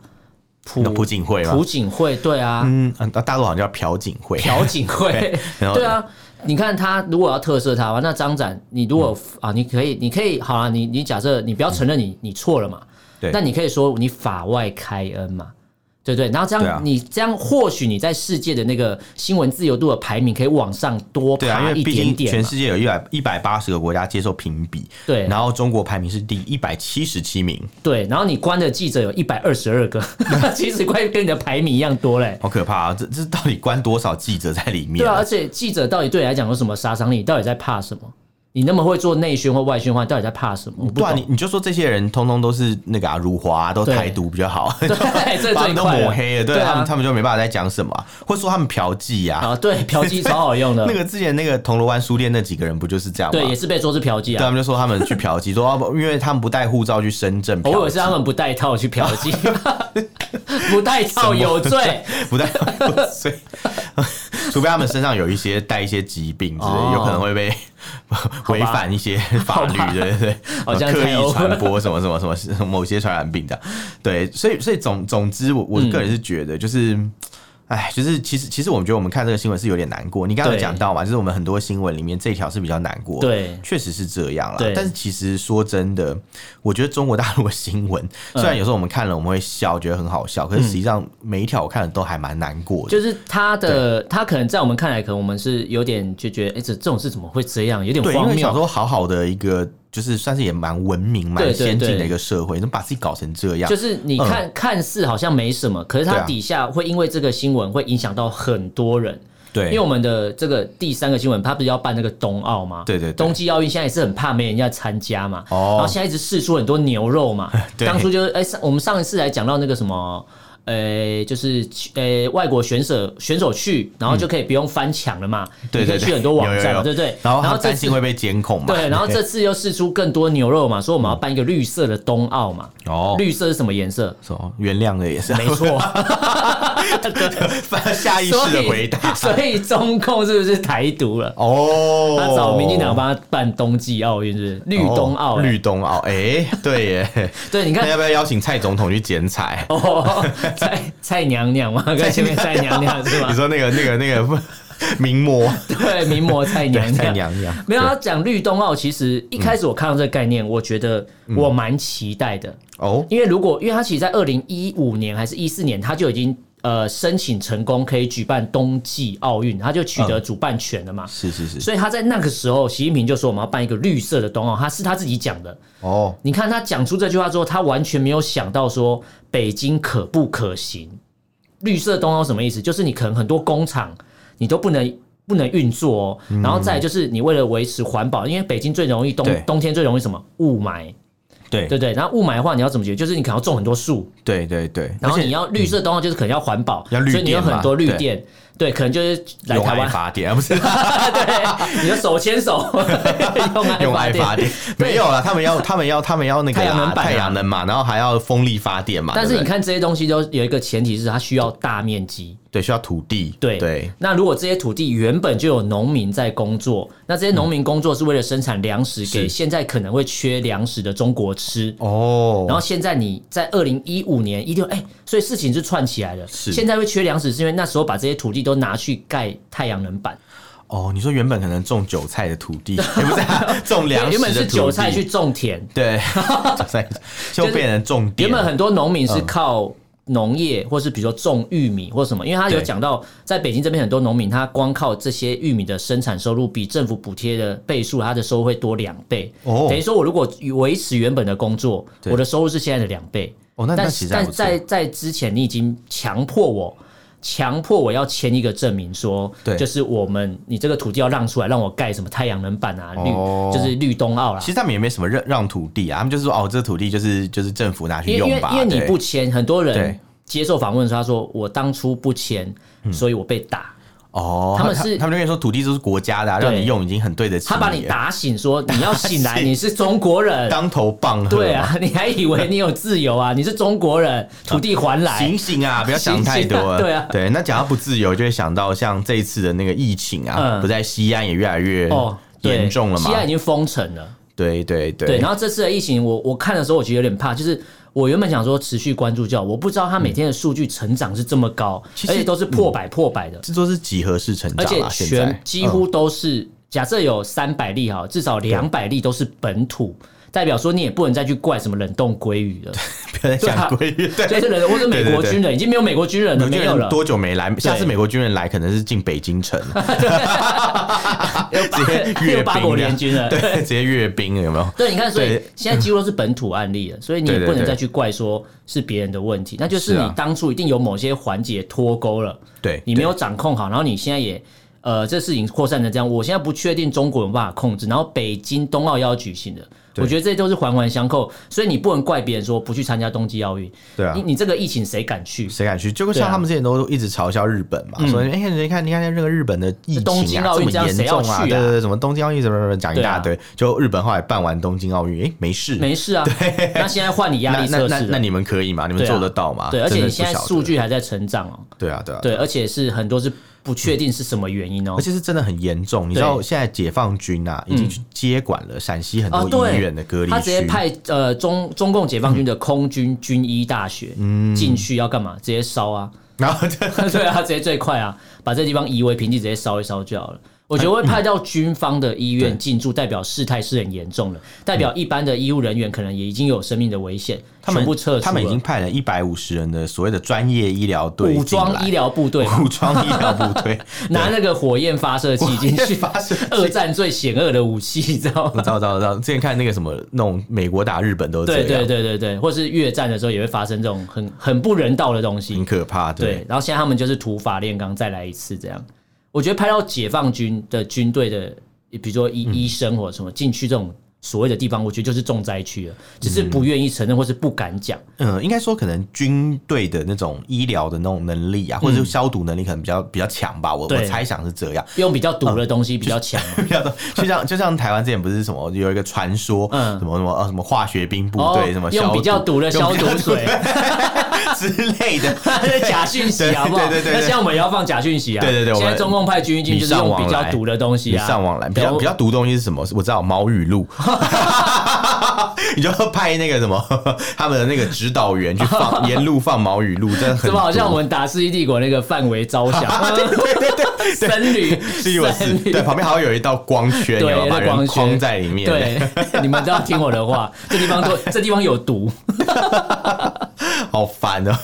S1: 朴
S2: 那朴槿惠嘛
S1: 朴，槿惠，对啊，
S2: 嗯，啊大陆好像叫朴槿惠，啊
S1: 朴槿惠，
S2: 然后
S1: 对啊。你看他如果要特赦他嘛，那张展你如果、
S2: 嗯
S1: 啊，你可以，你可以好了，你你假设你不要承认你、你错了嘛，
S2: 对
S1: 那你可以说你法外开恩嘛，对不对？然后这样、
S2: 对啊
S1: 你这样或许你在世界的那个新闻自由度的排名可以往上多
S2: 对啊，因
S1: 爬
S2: 为
S1: 一
S2: 毕
S1: 点
S2: 竟
S1: 点
S2: 全
S1: 嘛，
S2: 世界有一百一百八十个国家接受评比，
S1: 对
S2: 然后中国排名是第一百七十七名，
S1: 对。然后你关的记者有一百二十二个， 其实快跟你的排名一样多嘞、啊
S2: 好可怕啊！这这到底关多少记者在里面？
S1: 对啊，而且记者到底对你来讲有什么杀伤力？你到底在怕什么？你那么会做内宣或外宣的话，你到底在怕什么？我不
S2: 对啊，
S1: 懂
S2: 你你就说这些人通通都是那个啊，辱华、啊、都
S1: 对
S2: 台独比较好，
S1: 对，哎这
S2: 把他
S1: 最
S2: 们都
S1: 快
S2: 抹黑了，对
S1: 对
S2: 他们
S1: 啊，
S2: 他们就没办法再讲什么啊、或者说他们嫖妓啊。
S1: 啊，对，嫖妓超好用的，
S2: 那个之前那个铜锣湾书店那几个人不就是这样吗？
S1: 对，也是被说是嫖妓
S2: 对他
S1: 啊。
S2: 们就说他们去嫖妓，说啊不因为他们不带护照去深圳嫖
S1: 哦我以
S2: 妓，
S1: 为是他们不带套去嫖 妓， 不带套有罪。
S2: 不带，所以 除非他们身上有一些带一些疾病之类，
S1: 哦
S2: 有可能会被违反一些法律，对对对， 呃
S1: 好像
S2: 刻
S1: 太
S2: 意
S1: over
S2: 传播什么什么什么某些传染病的，对，所以所以总总之我，
S1: 嗯
S2: 我个人是觉得就是。哎，就是其实其实我们觉得我们看这个新闻是有点难过。你刚刚有
S1: 对
S2: 讲到嘛，就是我们很多新闻里面这条是比较难过的，
S1: 对
S2: 确实是这样啦
S1: 对。
S2: 但是其实说真的，我觉得中国大陆的新闻
S1: 嗯
S2: 虽然有时候我们看了我们会笑，觉得很好笑，可是实际上每一条我看了都还蛮难过的。
S1: 就是他的，他可能在我们看来，可能我们是有点就觉得，哎、这这种事怎么会这样，有点
S2: 对，因
S1: 荒
S2: 为想
S1: 谬。
S2: 说好好的一个，就是算是也蛮文明、蛮
S1: 对对
S2: 先进的
S1: 对
S2: 一个社会，怎么把自己搞成这样
S1: 就？是你看、看似好像没什么，可是
S2: 嗯对
S1: 它
S2: 啊
S1: 底下会因为这个新闻会影响到很多人。
S2: 对，
S1: 因为我们的这个第三个新闻，它不是要办那个冬奥吗？
S2: 对对对
S1: 冬季奥运现在也是很怕没人家参加嘛，
S2: 哦
S1: 然后现在一直试出很多牛肉嘛。
S2: 对
S1: 当初就是哎、上我们上一次来讲到那个什么。呃，就是呃，外国选手选手去，然后就可以不用翻墙了嘛，
S2: 对对
S1: 你可以
S2: 对
S1: 去很多网站嘛，
S2: 有有有
S1: 对不 对？
S2: 然后他
S1: 这
S2: 担
S1: 次
S2: 心会被监控嘛？
S1: 对，然后这次又试出更多牛肉嘛，说我们要办一个绿色的冬奥嘛，
S2: 哦，
S1: 绿色是什么颜 色？
S2: 什么原谅的也是
S1: 没错，
S2: 反下意
S1: 所
S2: 识的回
S1: 以
S2: 答
S1: 所以中共是不是台独了？
S2: 哦。
S1: 他找民进党帮他办冬季奥运，是不是绿哎冬奥、欸
S2: 哦绿冬奥，哎，对 耶。
S1: 对，你
S2: 那
S1: 看
S2: 要不要邀请蔡总统去剪彩？
S1: 哦， 蔡蔡娘娘嘛，跟前面 蔡娘娘是
S2: 你
S1: 吗？
S2: 说那个那个那个名模
S1: 对，名模蔡娘
S2: 蔡
S1: 娘。
S2: 娘娘，
S1: 没有，他讲绿冬奥，其实一开始我看到这个概念，我觉得我蛮期待的，
S2: 哦，
S1: 因为如果因为他其实，在二零一五年还是一四年，他就已经。呃，申请成功可以举办冬季奥运，他就取得主办权了嘛。
S2: 是是是，
S1: 所以他在那个时候，习近平就说我们要办一个绿色的冬奥，他是他自己讲的。
S2: 哦，
S1: 你看他讲出这句话之后，他完全没有想到说北京可不可行。绿色冬奥什么意思？就是你可能很多工厂你都不能不能运作哦，然后再来就是你为了维持环保，因为北京最容易冬
S2: 嗯对
S1: 冬天最容易什么雾霾，
S2: 对
S1: 对不对？然后雾霾的话，你要怎么解决？就是你可能要种很多树，
S2: 对对对，
S1: 然后
S2: 而且
S1: 你要绿色冬奥，就是可能要环保，
S2: 要绿
S1: 所以你有
S2: 电嘛
S1: 很多绿
S2: 对
S1: 电，对，可能就是来
S2: 用
S1: 台
S2: 爱
S1: 湾
S2: 法典，啊不 是
S1: 对，你就手牵 手 用爱
S2: 用爱
S1: 发
S2: 法
S1: 电。
S2: 典，没有啦，他们要他们要他们要那个
S1: 太阳能
S2: 啦
S1: 板啊
S2: 太阳能嘛，然后还要风力发电嘛，
S1: 但是
S2: 对不
S1: 你
S2: 对
S1: 看这些东西都有一个前提是它需要大面积。
S2: 对需要土地，
S1: 对
S2: 对，
S1: 那如果这些土地原本就有农民在工作，那这些农民工作是为了生产粮食给
S2: 是
S1: 现在可能会缺粮食的中国吃。
S2: 哦，
S1: 然后现在你在二零一五年一六哎，所以事情是串起来的。
S2: 是
S1: 现在会缺粮食，是因为那时候把这些土地都拿去盖太阳能板，
S2: 哦，你说原本可能种韭菜的土地，也不是啊种粮食
S1: 原本
S2: 的
S1: 是
S2: 土地，
S1: 韭菜去种田，
S2: 对，韭菜就变成种地，
S1: 原本很多农民是靠农业，或是比如说种玉米或什么，因为他有
S2: 对
S1: 讲到，在北京这边很多农民，他光靠这些玉米的生产收入，比政府补贴的倍数，他的收入会多两倍。
S2: 哦
S1: 等于说我如果维持原本的工作，
S2: 对
S1: 我的收入是现在的两倍。
S2: 哦，那那
S1: 但
S2: 其实还
S1: 但
S2: 不错
S1: 在在之前，你已经强迫我。强迫我要签一个证明说，
S2: 对
S1: 就是我们你这个土地要让出来，让我盖什么太阳能板啊，绿、
S2: 哦
S1: 就是绿冬奥啦
S2: 其。实他们也没什么让让土地啊，他们就是说哦，这土地就是就是政府拿去
S1: 因为因
S2: 用
S1: 为
S2: 吧，
S1: 因为你
S2: 对
S1: 不签，很多人
S2: 对嗯
S1: 接受访问的时候，他说我当初不签，所以我被打。
S2: 哦，
S1: 他们是
S2: 他们就跟你说土地就是国家的、啊，
S1: 对
S2: 让你用已经很对得起
S1: 他把你
S2: 了
S1: 打醒，说你要醒来，
S2: 醒
S1: 你是中国人。
S2: 当头棒喝，
S1: 对，啊，你还以为你有自由 啊？你是中国人，土地还来
S2: 醒。醒啊，不要想太
S1: 醒
S2: 多
S1: 醒啊 对啊
S2: 对，那讲到不自由，就会想到像这一次的那个疫情啊，
S1: 嗯
S2: 不在西安也越来越
S1: 哦，对
S2: 严重了嘛
S1: 西，安已经封城了。
S2: 对对
S1: 对，
S2: 对
S1: 然后这次的疫情，我我看的时候，我其实有点怕，就是我原本想说持续关注就好，我不知道他每天的数据成长是这么高，
S2: 其实嗯
S1: 而且都是破百破百的。
S2: 这都是几何式成
S1: 而
S2: 长
S1: 且
S2: 啊，现在
S1: 全几乎都是，假设有三百例哈，至少两百例都是本土，代表说你也不能再去怪什么冷冻鲑鱼了，
S2: 嗯不要再讲规律，对
S1: 就是冷或者美国军人已经没有美国军人了，
S2: 美
S1: 啊没
S2: 国
S1: 有
S2: 军
S1: 了
S2: 人。多久没来？下次美国军人来，可能是进北 京城， 直接阅
S1: 又八国
S2: 兵
S1: 联
S2: 了，
S1: 军了，
S2: 对，直接阅兵了有没有？
S1: 对，你看，所以
S2: 对
S1: 现在几乎都是本土案例了，所以你也
S2: 对对
S1: 不能
S2: 对
S1: 再去怪说是别人的问题，那就是
S2: 是
S1: 你
S2: 啊
S1: 当初一定有某些环节脱钩了，
S2: 对，啊
S1: 你没有掌控好，然后你现在也呃，这事情扩散成这样，我现在不确定中国有没有办法控制。然后北京冬奥要举行的，我觉得这都是环环相扣，所以你不能怪别人说不去参加冬季奥运。
S2: 对啊
S1: 你你这个疫情谁敢去？
S2: 谁敢去？就
S1: 啊
S2: 像他们之前都一直嘲笑日本嘛，说哎，你看，你看这个日本的疫情
S1: 嗯东京
S2: 啊，
S1: 奥
S2: 这
S1: 运
S2: 么
S1: 这样
S2: 严重
S1: 谁要
S2: 啊，
S1: 去
S2: 对
S1: 啊
S2: 对对，什么东京奥运什么什么讲一大堆，就日本后来办完东京奥运，哎，没事，
S1: 没事啊，那现在换你压
S2: 那
S1: 力
S2: 那
S1: 测
S2: 那
S1: 试
S2: 那
S1: 了。
S2: 你们可以吗？你们
S1: 对啊
S2: 做得到吗？
S1: 对，而且
S2: 真的
S1: 你
S2: 不
S1: 现在
S2: 晓得
S1: 数据还在成长哦，
S2: 对啊，对啊，
S1: 对，而且是很多是不确定是什么原因哦
S2: 而。且是真的很严重。你知道现在解放军啊，已经去接管了陕西很
S1: 嗯哦，
S2: 多
S1: 对，
S2: 医院的隔离
S1: 他直接
S2: 区，
S1: 派呃中中共解放军的空军军医大学
S2: 嗯
S1: 进去要干嘛？直接烧啊！
S2: 然后就
S1: 对啊，直接最快啊，把这地方夷为平地，直接烧一烧就好了。我觉得会派到军方的医院进驻，代表事态是很严重的，代表一般的医务人员可能也已经有生命的危险，
S2: 他们
S1: 全部撤出了
S2: 他们已经派了一百五十人的所谓的专业医疗队
S1: 武装医
S2: 疗
S1: 疗部队 嘛
S2: 武装医疗部队
S1: 拿那个火焰发射器进去，
S2: 发射器
S1: 二战最险恶的武器，你知道
S2: 我
S1: 吗？
S2: 知道，知道，知道。之前看那个什么，那种美国打日本都是这
S1: 对对
S2: 样，
S1: 对对对，或是越战的时候也会发生这种很很不人道的东西
S2: 挺。可怕的。
S1: 对，然后现在他们就是土法炼钢，再来一次这样。我觉得拍到解放军的军队的，比如说医、
S2: 嗯
S1: 医生或者什么进去这种所谓的地方，我觉得就是重灾区了，只是
S2: 嗯
S1: 不愿意承认或是不敢讲。
S2: 嗯，应该说可能军队的那种医疗的那种能力啊，或者是消毒能力可能比较比较强吧。我我
S1: 嗯对
S2: 猜想是这样。
S1: 用比较毒的东西比较强嘛。
S2: 比较多，就像就像台湾之前不是什么有一个传说，
S1: 嗯
S2: 什么什么呃什么化学兵部队、什么消
S1: 哦用
S2: 毒
S1: 比较毒的消毒水，
S2: 之 类的，
S1: 这是假讯息好不好？
S2: 对对对对
S1: 那
S2: 对
S1: 现在我们也要放假讯息啊。
S2: 对对对我们
S1: 现在中共派军医进就是用比较毒的东西
S2: 你
S1: 啊。
S2: 上网来，比
S1: 对
S2: 较
S1: 我
S2: 比较毒的东西是什么？我知道毛语录， 你就派那个什么 他们的那个指导员去放沿路放毛语录，真的很
S1: 怎么好像
S2: 毒
S1: 我们打《世纪帝国》那个范围招 降？对对对， 僧侣，
S2: 是有是
S1: 僧侣
S2: 对，旁边好像有一道光圈，有
S1: 对
S2: 没有把
S1: 那光
S2: 人
S1: 圈
S2: 框在里面。，
S1: 对，你 们都要听我的话，这地方都这地方有毒。
S2: 好烦哦。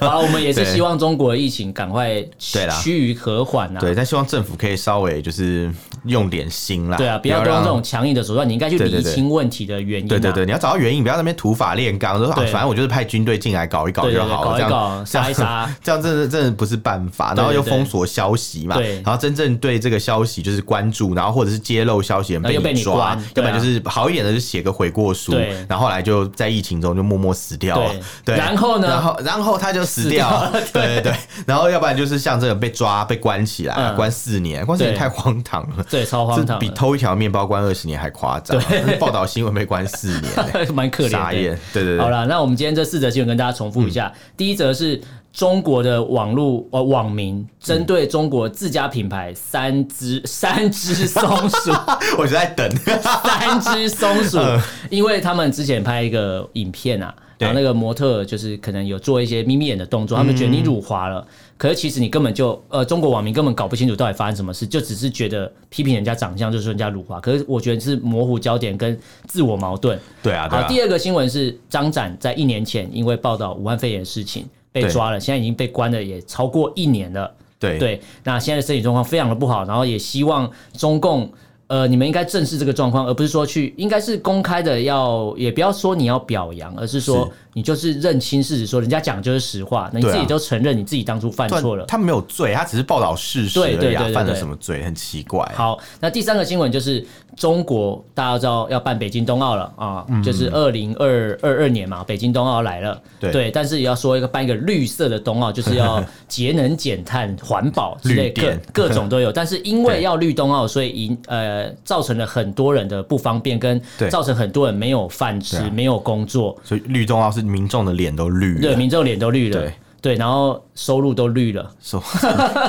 S1: 好了，我们也是
S2: 对
S1: 希望中国的疫情赶快趋
S2: 对啦
S1: 趋于和缓啊。
S2: 对，但希望政府可以稍微就是用点心啦，
S1: 对啊，不要都用
S2: 让
S1: 这种强硬的手段，你应该去
S2: 对对
S1: 厘
S2: 对
S1: 清问题的原因、啊。
S2: 对对对，你要找到原因，不要在那边土法炼钢，说啊
S1: 对
S2: 反正我就是派军队进来搞一搞
S1: 对对
S2: 就
S1: 对
S2: 好，
S1: 搞
S2: 这
S1: 一
S2: 样
S1: 搞，
S2: 这样
S1: 杀一杀。
S2: 这样真的真的不是办法，然后
S1: 对对
S2: 又
S1: 对
S2: 封锁消息嘛，
S1: 对
S2: 然后真正对这个消息就是关注，然后或者是揭露消息的
S1: 然
S2: 人
S1: 后又被你
S2: 抓
S1: 关，
S2: 要
S1: 对
S2: 不
S1: 啊
S2: 然就是好一点的就写个悔过书
S1: 对，
S2: 然后后来就在疫情中就默默死掉了
S1: 对，
S2: 对，
S1: 然后呢
S2: 然后然后他就死掉了， 对对对，然后要不然就是像这个被抓被关起来，
S1: 嗯
S2: 关四年，关四年
S1: 对
S2: 太荒唐了。
S1: 对，超荒
S2: 这
S1: 唐
S2: 比偷一条面包关二十年还夸张，报道新闻被关四年、欸，
S1: 的， 蛮可怜
S2: 傻
S1: 的
S2: 眼。。对对对，嗯
S1: 好了，那我们今天这四则新闻跟大家重复一下。第一则是中国的网络呃网民针对中国自家品牌三只三只松鼠
S2: 我就在 等。
S1: 三只松鼠，
S2: 嗯
S1: 因为他们之前拍一个影片啊。然后那个模特就是可能有做一些眯眯眼的动
S2: 嗯
S1: 作，他们觉得你辱华了，可是其实你根本就呃，中国网民根本搞不清楚到底发生什么事，就只是觉得批评人家长相就是说人家辱华，可是我觉得是模糊焦点跟自我矛盾。
S2: 对啊，对
S1: 好，
S2: 啊。
S1: 第二个新闻是张展在一年前因为报道武汉肺炎的事情被
S2: 对
S1: 抓了，现在已经被关了也超过一年了。
S2: 对
S1: 对，那现在的身体状况非常的不好，然后也希望中共。呃，你们应该正视这个状况，而不是说去，应该是公开的要，也不要说你要表扬，而是说
S2: 是
S1: 你就是认清事实，说人家讲就是实话，那你
S2: 对啊
S1: 自己都承认你自己当初犯
S2: 对
S1: 错了。
S2: 他没有罪，他只是报道事实而
S1: 对对
S2: 已啊
S1: 对对，对
S2: 犯了什么罪？很奇怪。
S1: 好，那第三个新闻就是中国，大家都知道要办北京冬奥了啊，
S2: 嗯
S1: 就是二零二二二年嘛，北京冬奥来了。
S2: 对
S1: 但是也要说一个办一个绿色的冬奥，就是 要节能减碳、环保之类
S2: 绿电
S1: 各各种都 有。但是因为
S2: 对
S1: 要绿冬奥，所以引呃造成了很多人的不方便，跟
S2: 对
S1: 造成很多人没有饭吃
S2: 对啊、
S1: 没有工作，
S2: 所以绿冬奥是民众的脸都绿
S1: 对，
S2: 了，
S1: 民众脸都绿了
S2: 对，
S1: 对，然后收入都绿了。
S2: 说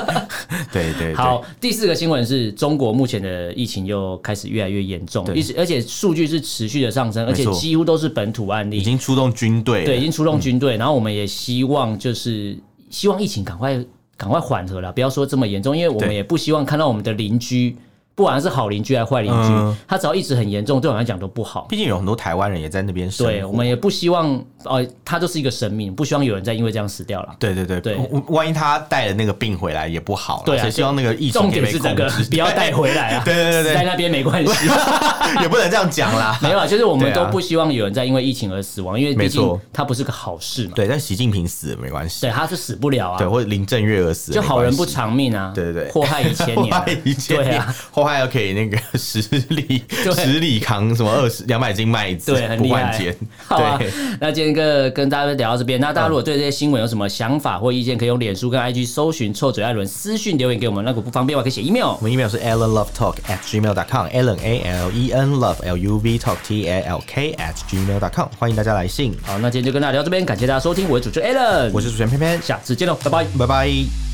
S2: 对哎对对，
S1: 好，第四个新闻是中国目前的疫情又开始越来越严重，一直而且数据是持续的上升，而且
S2: 错
S1: 几乎都是本土案
S2: 已
S1: 例，
S2: 经嗯出动军队了，
S1: 对，已经出动军队，然后我们也希望就是希望疫情赶快赶快缓和了，不要说这么严重，因为我们
S2: 对
S1: 也不希望看到我们的邻居。不管是好邻居还是坏邻
S2: 嗯
S1: 居，他只要一直很严重，对我们来讲都不好。
S2: 毕竟有很多台湾人也在那边生活。
S1: 对，我们也不希望哦，他就是一个神明，不希望有人再因为这样死掉了。
S2: 对对对，
S1: 对
S2: 我我万一他带了那个病回来也不好啦
S1: 对啊
S2: 所以希望那个疫情
S1: 重
S2: 可以
S1: 点
S2: 被
S1: 是这
S2: 控
S1: 个
S2: 制，
S1: 不要带回来啊！
S2: 对对对对
S1: 死在那边没关系。
S2: 也不能这样讲啦。
S1: 没有啊，就是我们
S2: 对
S1: 都
S2: 啊
S1: 不希望有人在因为疫情而死亡，因为
S2: 没
S1: 毕竟
S2: 错
S1: 它不是个好事嘛。
S2: 对，但习近平死了没关系，
S1: 对，他是死不了
S2: 对，
S1: 啊，
S2: 或者林郑月娥死了
S1: 就
S2: 没
S1: 好
S2: 关
S1: 人
S2: 系
S1: 不长命啊。
S2: 对对对
S1: 祸害一千
S2: 祸
S1: 年啊
S2: 害一千
S1: 对
S2: 年
S1: 啊，，
S2: 祸害要可以那个 十里
S1: 对
S2: 十里扛什么二十两百斤麦子，
S1: 对，很
S2: 不
S1: 厉
S2: 换
S1: 害
S2: 肩。。
S1: 好啊
S2: 对，嗯
S1: 那今天跟跟大家聊到这边，那大家如果对这些新闻有什么想法或意见，可以用脸书跟 IG 搜寻“臭嘴艾伦”私讯留言给我们。那如果不方便的话，可以写 email
S2: 我。们 email 是 allenlovetalk at gmail dot com，allen a l e n love l u v talk t a l k at gmail dot com，欢迎大家来信。
S1: 好，那今天就跟大家聊到这边，感谢大家收听，我是主持人 Alan，
S2: 我是主持人偏偏，
S1: 下次见喽，拜拜。
S2: 拜拜。